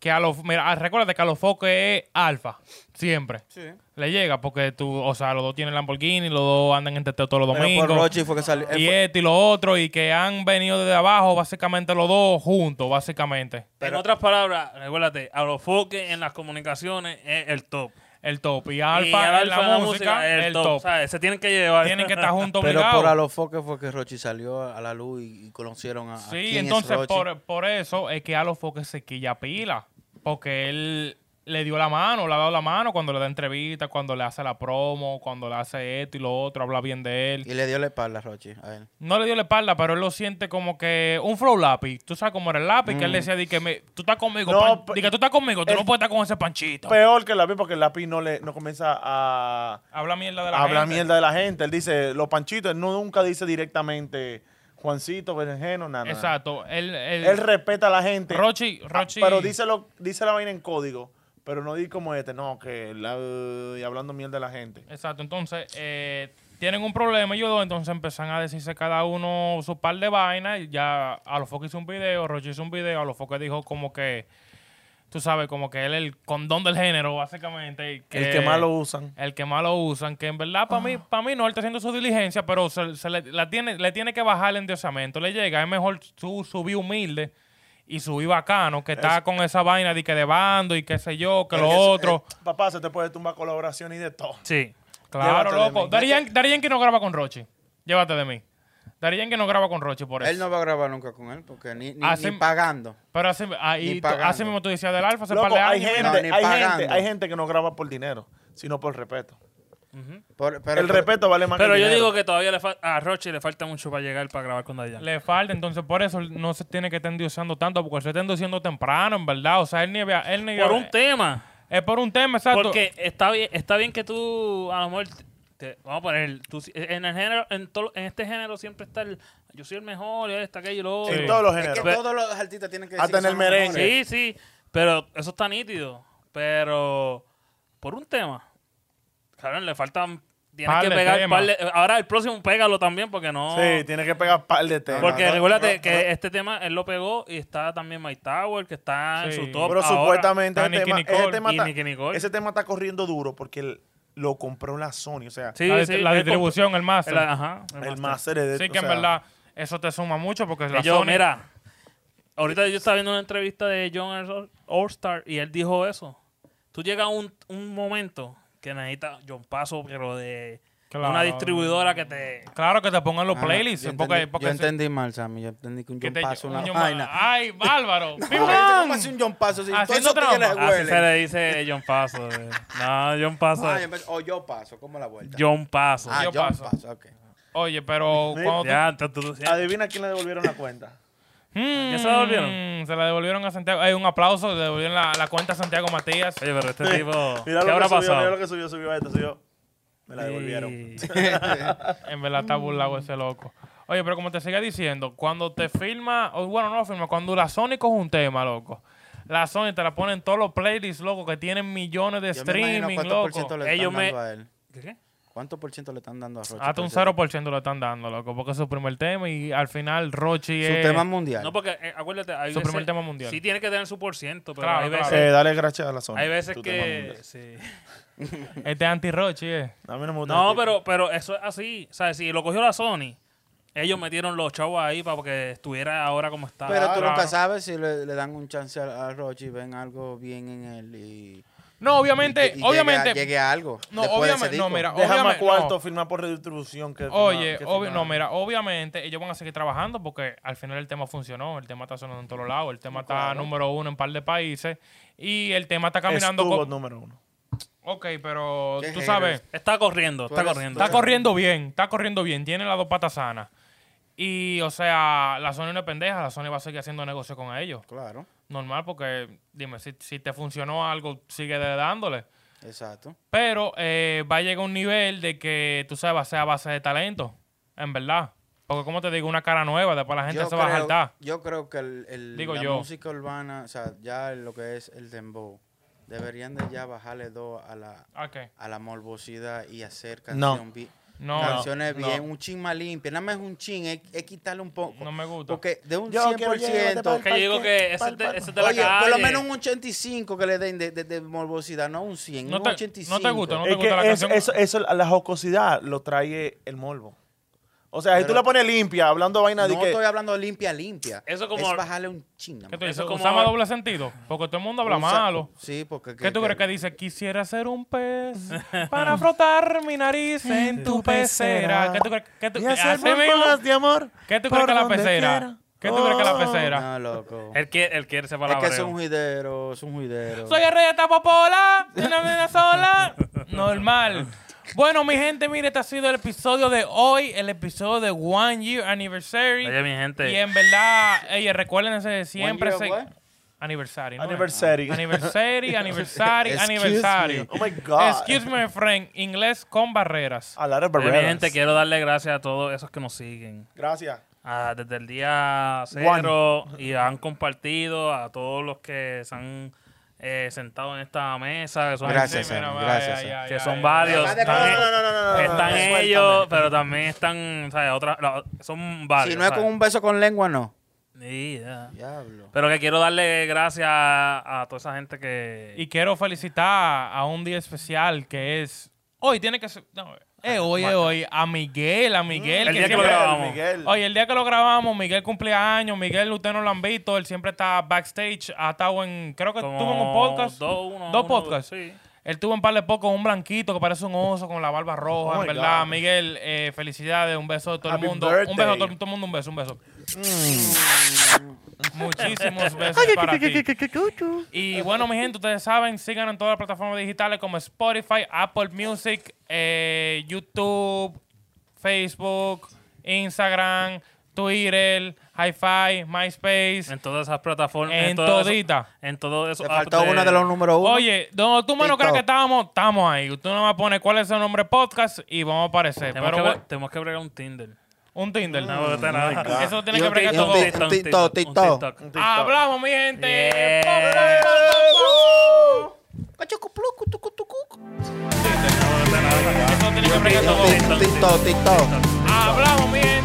[SPEAKER 1] Que a los, mira, ah, recuérdate que a los Focke es alfa. Siempre.
[SPEAKER 4] Sí.
[SPEAKER 1] Le llega porque tú, o sea, los dos tienen Lamborghini, los dos andan en teteo todos los
[SPEAKER 4] Pero
[SPEAKER 1] domingos.
[SPEAKER 4] por Rochi fue que salió. eh, él
[SPEAKER 1] y
[SPEAKER 4] fue-
[SPEAKER 1] este y lo otro, y que han venido desde abajo, básicamente los dos juntos, básicamente.
[SPEAKER 3] en otras palabras, recuérdate, a los foques en las comunicaciones es el top.
[SPEAKER 1] El top. Y
[SPEAKER 3] Y
[SPEAKER 1] Alfa
[SPEAKER 3] al
[SPEAKER 1] en la,
[SPEAKER 3] alfa en
[SPEAKER 1] música,
[SPEAKER 3] es
[SPEAKER 1] el, top.
[SPEAKER 3] O sea, se tienen que llevar.
[SPEAKER 1] Tienen que
[SPEAKER 3] *laughs*
[SPEAKER 1] estar juntos
[SPEAKER 4] *laughs* pero
[SPEAKER 1] obligados.
[SPEAKER 4] por Alofoque fue que Rochi salió a la luz y, y conocieron a, a quién
[SPEAKER 1] Sí,
[SPEAKER 4] es
[SPEAKER 1] entonces
[SPEAKER 4] Rochi.
[SPEAKER 1] por, por eso es que a los foques se quilla pila. Porque él le dio la mano, le ha dado la mano cuando le da entrevistas, cuando le hace la promo, cuando le hace esto y lo otro, habla bien de él.
[SPEAKER 4] Y le dio la espalda a Rochi. A él.
[SPEAKER 1] No le dio la espalda, pero él lo siente como que un flow lápiz. Tú sabes cómo era el lápiz, que
[SPEAKER 2] Mm.
[SPEAKER 1] él decía, di que me- tú estás conmigo,
[SPEAKER 2] No,
[SPEAKER 1] pan-
[SPEAKER 2] pe-
[SPEAKER 1] di que tú estás conmigo, tú
[SPEAKER 2] el-
[SPEAKER 1] no puedes estar con ese panchito.
[SPEAKER 2] Peor que el lápiz, porque el lápiz no, le, no comienza a
[SPEAKER 1] habla mierda de la
[SPEAKER 2] hablar
[SPEAKER 1] gente.
[SPEAKER 2] mierda de la gente. Él dice, los panchitos, él no, nunca dice directamente Juancito, Berenjeno, nada.
[SPEAKER 1] Exacto. Él, él-
[SPEAKER 2] Él respeta a la gente.
[SPEAKER 1] Rochi,
[SPEAKER 2] Ah,
[SPEAKER 1] Rochi.
[SPEAKER 2] Pero dice, lo, dice la vaina en código, pero no di como este, no, que la- y hablando mierda de la gente.
[SPEAKER 1] Exacto, entonces eh, tienen un problema ellos dos, entonces empiezan a decirse cada uno su par de vainas. y Ya a los hizo un video, Rochi hizo un video, a los dijo como que, tú sabes, como que él es el condón del género, básicamente. y
[SPEAKER 2] El
[SPEAKER 4] Eh,
[SPEAKER 2] que más lo usan.
[SPEAKER 1] El que más lo usan, que en verdad para mí, para mí no, él está haciendo su diligencia, pero se, se le, la tiene, le tiene que bajar el endiosamiento. Le llega, es mejor su, subir humilde y subir bacano, que está con esa vaina de que de bando y qué sé yo, que lo
[SPEAKER 2] Es-
[SPEAKER 1] otro.
[SPEAKER 2] eh, papá, se te puede tumbar colaboración y de todo.
[SPEAKER 3] Sí.
[SPEAKER 1] Claro,
[SPEAKER 2] Llévate de
[SPEAKER 1] loco.
[SPEAKER 2] mí.
[SPEAKER 1] Darían, que no graba con Rochi. Llévate de mí. Darían que no graba con Rochi por eso.
[SPEAKER 4] Él no va a grabar nunca con él porque ni, ni-
[SPEAKER 1] Así-
[SPEAKER 4] ni pagando.
[SPEAKER 1] Pero así, ahí
[SPEAKER 4] Ni
[SPEAKER 1] tú-
[SPEAKER 4] pagando.
[SPEAKER 1] así mismo tú decías del Alfa, se
[SPEAKER 2] Loco, hay,
[SPEAKER 4] No,
[SPEAKER 2] gente,
[SPEAKER 4] ni
[SPEAKER 2] hay,
[SPEAKER 4] pagando.
[SPEAKER 2] gente, hay gente que no graba por dinero, sino por respeto.
[SPEAKER 4] Por- pero-
[SPEAKER 2] el
[SPEAKER 4] pero-
[SPEAKER 2] respeto vale más
[SPEAKER 3] Pero
[SPEAKER 2] que el
[SPEAKER 3] yo
[SPEAKER 2] dinero.
[SPEAKER 3] digo que todavía le fal- a Rochi le falta mucho para llegar para grabar con Dayan.
[SPEAKER 1] Le falta, entonces por eso no se tiene que estar endiosando tanto, porque se está endiosando temprano, en verdad. O sea, él ni había- él ni
[SPEAKER 3] Por
[SPEAKER 1] había-
[SPEAKER 3] un tema.
[SPEAKER 1] Es por un tema, exacto.
[SPEAKER 3] Porque está bien, está bien que tú, a lo mejor, te- vamos a poner, tú si- en el género, en, todo- en este género siempre está el, yo soy el mejor, está aquello, lo otro.
[SPEAKER 2] En todos los
[SPEAKER 4] Es que
[SPEAKER 2] géneros.
[SPEAKER 4] todos los artistas tienen que decir
[SPEAKER 2] Hasta en
[SPEAKER 4] que
[SPEAKER 2] el
[SPEAKER 4] son
[SPEAKER 2] merengue.
[SPEAKER 4] mejores.
[SPEAKER 3] Sí, sí, pero eso está nítido. Pero por un tema, claro, le faltan, tienes
[SPEAKER 1] Par
[SPEAKER 3] que
[SPEAKER 1] de
[SPEAKER 3] pegar,
[SPEAKER 1] temas.
[SPEAKER 3] par de- ahora el próximo pégalo también porque no...
[SPEAKER 2] Sí, tiene que pegar par de temas.
[SPEAKER 3] Porque
[SPEAKER 2] No,
[SPEAKER 3] recuérdate
[SPEAKER 2] no,
[SPEAKER 3] que
[SPEAKER 2] no.
[SPEAKER 3] este tema él lo pegó y está también My Tower, que está
[SPEAKER 1] Sí.
[SPEAKER 3] en su top.
[SPEAKER 2] Pero
[SPEAKER 3] ahora.
[SPEAKER 2] supuestamente
[SPEAKER 1] está
[SPEAKER 2] el
[SPEAKER 1] Nicki
[SPEAKER 2] tema-
[SPEAKER 1] Nicole
[SPEAKER 2] ese, tema
[SPEAKER 3] y
[SPEAKER 2] está,
[SPEAKER 3] Nicki Nicole.
[SPEAKER 2] ese tema está corriendo duro porque el- lo compró la Sony. O sea,
[SPEAKER 3] Sí,
[SPEAKER 1] la,
[SPEAKER 3] sí,
[SPEAKER 1] la
[SPEAKER 3] él
[SPEAKER 1] distribución, el
[SPEAKER 3] compró-
[SPEAKER 1] máster.
[SPEAKER 3] el- ajá, el
[SPEAKER 2] el
[SPEAKER 3] master.
[SPEAKER 2] máster es de
[SPEAKER 1] Sí,
[SPEAKER 2] o
[SPEAKER 1] que en
[SPEAKER 2] sea,
[SPEAKER 1] verdad eso te suma mucho, porque la
[SPEAKER 3] Y yo,
[SPEAKER 1] Sony-
[SPEAKER 3] mira, ahorita yo estaba viendo una entrevista de John All- All-Star y él dijo eso. Tú llegas a un, un momento que necesita John Paso, pero de de
[SPEAKER 1] Claro.
[SPEAKER 3] una distribuidora que te.
[SPEAKER 1] Claro que te pongan los
[SPEAKER 4] Ah,
[SPEAKER 1] playlists.
[SPEAKER 4] yo
[SPEAKER 1] porque,
[SPEAKER 4] entendí-
[SPEAKER 1] porque
[SPEAKER 4] yo
[SPEAKER 1] se-
[SPEAKER 4] entendí mal, Sammy. Yo entendí que un
[SPEAKER 1] que
[SPEAKER 4] John
[SPEAKER 1] te-
[SPEAKER 4] Paso una
[SPEAKER 1] un-
[SPEAKER 4] vaina.
[SPEAKER 1] Ay,
[SPEAKER 4] *laughs*
[SPEAKER 1] Bárbaro.
[SPEAKER 4] Ah, ¿viste ¿Cómo
[SPEAKER 1] ¡Pimán!
[SPEAKER 4] hace un John Paso si todo
[SPEAKER 1] Haciendo
[SPEAKER 4] eso tiene
[SPEAKER 1] trampa.
[SPEAKER 3] Así se
[SPEAKER 4] huele?
[SPEAKER 3] le dice John Paso. eh. No, John Paso.
[SPEAKER 4] Ah,
[SPEAKER 3] es
[SPEAKER 4] yo empecé- O yo paso, ¿cómo la vuelta?
[SPEAKER 3] John Paso.
[SPEAKER 4] Ah,
[SPEAKER 1] Yo
[SPEAKER 4] John
[SPEAKER 1] paso.
[SPEAKER 4] Paso, ok.
[SPEAKER 1] Oye, pero
[SPEAKER 2] Sí.
[SPEAKER 1] cuando tú-
[SPEAKER 3] Ya, antes tú decías,
[SPEAKER 2] Adivina quién le devolvieron la cuenta.
[SPEAKER 1] Mm,
[SPEAKER 3] ¿Ya se la devolvieron?
[SPEAKER 1] Se la devolvieron a Santiago. Hay un aplauso. Le devolvieron la, la cuenta a Santiago Matías.
[SPEAKER 3] Oye, pero este tipo. ¿Qué
[SPEAKER 2] Mira lo
[SPEAKER 3] habrá
[SPEAKER 2] que subió, mira
[SPEAKER 3] pasado?
[SPEAKER 2] lo que subió, subió esto, subió. Me la devolvieron. *laughs*
[SPEAKER 3] Y-
[SPEAKER 1] En verdad está burlado ese loco. Oye, pero como te siga diciendo, cuando te firma, o bueno, no firma, cuando la Sony coge un tema, loco. La Sony te la pone en todos los playlists, loco, que tienen millones de
[SPEAKER 4] Yo me imagino
[SPEAKER 1] streaming,
[SPEAKER 4] cuánto por
[SPEAKER 1] loco.
[SPEAKER 4] ciento le están
[SPEAKER 3] Ellos me-
[SPEAKER 4] dando a él.
[SPEAKER 3] ¿Qué, qué?
[SPEAKER 4] ¿Cuánto por ciento le están dando a Rochi?
[SPEAKER 1] Hasta un
[SPEAKER 4] por ciento?
[SPEAKER 1] 0% lo están dando, loco, porque es su primer tema y al final Rochi
[SPEAKER 4] Su
[SPEAKER 1] es...
[SPEAKER 4] tema mundial.
[SPEAKER 1] pues,
[SPEAKER 3] No, porque eh, acuérdate. Hay
[SPEAKER 1] Su
[SPEAKER 3] veces,
[SPEAKER 1] primer tema mundial.
[SPEAKER 3] Sí, tiene que tener su por ciento, pero
[SPEAKER 1] Claro,
[SPEAKER 3] hay
[SPEAKER 1] claro.
[SPEAKER 3] veces,
[SPEAKER 2] Eh, dale gracias a la zona.
[SPEAKER 3] hay veces
[SPEAKER 2] Tú te
[SPEAKER 3] que.
[SPEAKER 2] mandas.
[SPEAKER 3] sí.
[SPEAKER 1] Este es anti-Rochi, eh.
[SPEAKER 2] A mí no me gusta el
[SPEAKER 3] No,
[SPEAKER 2] tipo.
[SPEAKER 3] pero, pero eso es así. O sea, si lo cogió la Sony, ellos metieron los chavos ahí para que estuviera ahora como está.
[SPEAKER 4] Pero tú
[SPEAKER 1] Claro.
[SPEAKER 4] nunca sabes si le, le dan un chance a, a Rochi, ven algo bien en él y.
[SPEAKER 1] No, obviamente,
[SPEAKER 4] y- y
[SPEAKER 1] obviamente...
[SPEAKER 4] Llegue a, llegue a algo.
[SPEAKER 1] no,
[SPEAKER 4] después de ese
[SPEAKER 1] obviamente, no,
[SPEAKER 4] disco.
[SPEAKER 1] mira,
[SPEAKER 2] Deja más
[SPEAKER 1] obviamente, no.
[SPEAKER 2] cuarto firmar por redistribución que firmar-
[SPEAKER 1] Oye,
[SPEAKER 2] que
[SPEAKER 1] obvi-
[SPEAKER 2] firmar.
[SPEAKER 1] no, mira, obviamente ellos van a seguir trabajando porque al final el tema funcionó, el tema está sonando en todos lados, el tema está número uno en un par de países y el tema está caminando.
[SPEAKER 2] Estuvo
[SPEAKER 1] con-
[SPEAKER 2] número uno.
[SPEAKER 1] Ok, pero
[SPEAKER 4] Qué
[SPEAKER 1] tú
[SPEAKER 4] haters.
[SPEAKER 1] sabes,
[SPEAKER 3] Está corriendo, está
[SPEAKER 4] eres-
[SPEAKER 3] corriendo.
[SPEAKER 1] está corriendo bien, está corriendo bien, tiene las dos patas sanas. Y, o sea, la Sony no es pendeja, la Sony va a seguir haciendo negocio con ellos.
[SPEAKER 4] Claro,
[SPEAKER 1] Normal, porque, dime, si, si te funcionó algo, sigue dándole.
[SPEAKER 4] exacto.
[SPEAKER 1] Pero eh, va a llegar un nivel de que tú sabes, va a ser a base de talento, en verdad. Porque, como te digo, una cara nueva, después la gente se va a saltar.
[SPEAKER 4] Yo creo que el, el-
[SPEAKER 1] Digo
[SPEAKER 4] la
[SPEAKER 1] yo.
[SPEAKER 4] música urbana, o sea, ya lo que es el dembow, deberían de ya bajarle dos a la,
[SPEAKER 1] ¿A qué?
[SPEAKER 4] a la morbosidad y hacer
[SPEAKER 2] No.
[SPEAKER 4] canción bi-
[SPEAKER 1] No,
[SPEAKER 4] canciones
[SPEAKER 2] no.
[SPEAKER 4] bien, un chin más limpio. Nada más es un chin, es, es quitarle un poco.
[SPEAKER 1] no me gusta.
[SPEAKER 4] Porque de un
[SPEAKER 2] Yo quiero este llevarte
[SPEAKER 4] 100%,
[SPEAKER 2] pa'l
[SPEAKER 3] Que yo digo que ese
[SPEAKER 2] Pal,
[SPEAKER 3] te-
[SPEAKER 2] pal.
[SPEAKER 3] ese te la
[SPEAKER 4] oye, por lo
[SPEAKER 3] calle.
[SPEAKER 4] menos un 85 que le den de, de- de morbosidad, no un 100,
[SPEAKER 1] No
[SPEAKER 4] un
[SPEAKER 1] te-
[SPEAKER 4] 85.
[SPEAKER 1] no te gusta, ¿no?
[SPEAKER 2] Es
[SPEAKER 1] gusta la
[SPEAKER 2] que eso,
[SPEAKER 1] canción?
[SPEAKER 2] eso, eso, la jocosidad lo trae el morbo. O sea, si tú
[SPEAKER 4] Pero-
[SPEAKER 2] la pones limpia, hablando vaina de
[SPEAKER 4] No
[SPEAKER 2] que...
[SPEAKER 4] estoy hablando de limpia, limpia.
[SPEAKER 3] Eso como-
[SPEAKER 4] Es bajarle un chin. nada
[SPEAKER 1] ¿Qué
[SPEAKER 4] más.
[SPEAKER 1] tú dices?
[SPEAKER 3] Eso como-
[SPEAKER 1] Usamos doble sentido. Porque todo el mundo habla
[SPEAKER 4] Usa-
[SPEAKER 1] malo.
[SPEAKER 4] Sí, porque...
[SPEAKER 1] ¿Qué tú crees que dice? Quisiera ser un pez para frotar mi nariz en tu pecera. ¿Qué tú crees? ¿Qué tú,
[SPEAKER 2] Y
[SPEAKER 1] así
[SPEAKER 2] hacer burbujas
[SPEAKER 1] mismo.
[SPEAKER 2] de amor
[SPEAKER 1] ¿Qué tú
[SPEAKER 2] por
[SPEAKER 1] crees que es la
[SPEAKER 2] donde
[SPEAKER 1] pecera?
[SPEAKER 2] quiera.
[SPEAKER 1] ¿Qué tú crees que es la
[SPEAKER 2] Oh.
[SPEAKER 1] pecera? *laughs*
[SPEAKER 4] No, loco.
[SPEAKER 1] Este
[SPEAKER 3] Él quiere, él quiere ese
[SPEAKER 4] Es que
[SPEAKER 3] palabreo.
[SPEAKER 4] es un juidero, es un juidero.
[SPEAKER 1] Soy el rey de Tapapola, de una mina sola. Normal. Bueno, mi gente, mire, este ha sido el episodio de hoy, el episodio de One Year Anniversary.
[SPEAKER 3] Oye, mi gente.
[SPEAKER 1] Y en verdad, ey, recuérdense siempre.
[SPEAKER 4] Year
[SPEAKER 1] se-
[SPEAKER 4] what?
[SPEAKER 1] Anniversario. ¿no?
[SPEAKER 2] Anniversary.
[SPEAKER 1] Anniversary, anniversario,
[SPEAKER 4] Excuse
[SPEAKER 1] anniversario.
[SPEAKER 4] me.
[SPEAKER 2] Oh my God.
[SPEAKER 1] Excuse me, my friend. Inglés con barreras.
[SPEAKER 2] A lot of
[SPEAKER 3] Oye, mi
[SPEAKER 2] barreras.
[SPEAKER 3] gente, quiero darle gracias a todos esos que nos siguen.
[SPEAKER 2] Gracias.
[SPEAKER 3] Ah, desde el día cero y han compartido a todos los que se han eh, sentado en esta mesa. Que son,
[SPEAKER 4] Gracias,
[SPEAKER 1] Sí, mira,
[SPEAKER 4] Sam,
[SPEAKER 1] ay,
[SPEAKER 4] gracias,
[SPEAKER 1] ay,
[SPEAKER 4] Sam.
[SPEAKER 1] ay,
[SPEAKER 3] que
[SPEAKER 1] ay,
[SPEAKER 3] son
[SPEAKER 1] ay.
[SPEAKER 3] varios.
[SPEAKER 4] Además de-
[SPEAKER 3] Están,
[SPEAKER 4] no, no, no,
[SPEAKER 3] están
[SPEAKER 4] suéltame.
[SPEAKER 3] ellos, pero también están, ¿sabes? Otra, la- son varios.
[SPEAKER 4] Si no es con
[SPEAKER 3] ¿sabes?
[SPEAKER 4] un beso con lengua, no.
[SPEAKER 3] Sí, ya.
[SPEAKER 4] Diablo.
[SPEAKER 3] Pero que quiero darle gracias a, a toda esa gente que...
[SPEAKER 1] Y quiero felicitar a un día especial que es. Hoy tiene que ser. No, es hoy, es hoy. A Miguel, a Miguel.
[SPEAKER 3] El día que lo
[SPEAKER 1] siempre-
[SPEAKER 3] grabamos.
[SPEAKER 2] Miguel.
[SPEAKER 1] Oye, el día que lo grabamos, Miguel cumplía años. Miguel, ustedes no lo han visto. Él siempre está backstage. Ha estado en. Creo que
[SPEAKER 3] como
[SPEAKER 1] estuvo en un podcast.
[SPEAKER 3] Dos, uno,
[SPEAKER 1] dos
[SPEAKER 3] uno,
[SPEAKER 1] podcasts.
[SPEAKER 3] Sí.
[SPEAKER 1] Él tuvo un par de pocos, un blanquito que parece un oso con la barba roja,
[SPEAKER 2] Oh
[SPEAKER 1] en
[SPEAKER 2] my
[SPEAKER 1] verdad.
[SPEAKER 2] God.
[SPEAKER 1] Miguel, eh, felicidades, un beso de todo
[SPEAKER 2] Happy
[SPEAKER 1] el mundo. Un beso
[SPEAKER 2] birthday.
[SPEAKER 1] de todo, todo el mundo, un beso, un beso.
[SPEAKER 2] Mm. *laughs*
[SPEAKER 1] Muchísimos besos para ti. Y bueno, mi gente, ustedes saben, sigan en todas las plataformas digitales como Spotify, Apple Music, eh, YouTube, Facebook, Instagram, Twitter, Hi-Fi, MySpace.
[SPEAKER 3] En todas esas plataformas.
[SPEAKER 1] En
[SPEAKER 3] todas esas-
[SPEAKER 1] todita.
[SPEAKER 3] En todo eso.
[SPEAKER 4] Te faltó uno de los números uno.
[SPEAKER 1] Oye, donde tú menos crees
[SPEAKER 4] TikTok.
[SPEAKER 1] que estábamos, estamos ahí. Tú no me pones cuál es el nombre podcast y vamos a aparecer.
[SPEAKER 3] Tenemos,
[SPEAKER 1] Pero
[SPEAKER 3] que,
[SPEAKER 1] bueno,
[SPEAKER 3] bre- tenemos que bregar un Tinder.
[SPEAKER 1] un Tinder.
[SPEAKER 3] No, está nada.
[SPEAKER 1] Eso tiene
[SPEAKER 4] Y
[SPEAKER 1] que
[SPEAKER 4] un
[SPEAKER 1] bregar
[SPEAKER 4] Tik- y un
[SPEAKER 1] todo.
[SPEAKER 4] Tik- un TikTok,
[SPEAKER 3] un
[SPEAKER 4] TikTok.
[SPEAKER 3] TikTok.
[SPEAKER 1] Hablamos, mi gente.
[SPEAKER 3] Yeah.
[SPEAKER 1] Pom, pom, pom, pom. Eso tiene que bregar todo.
[SPEAKER 4] Tito, tito.
[SPEAKER 1] Hablamos, mi gente.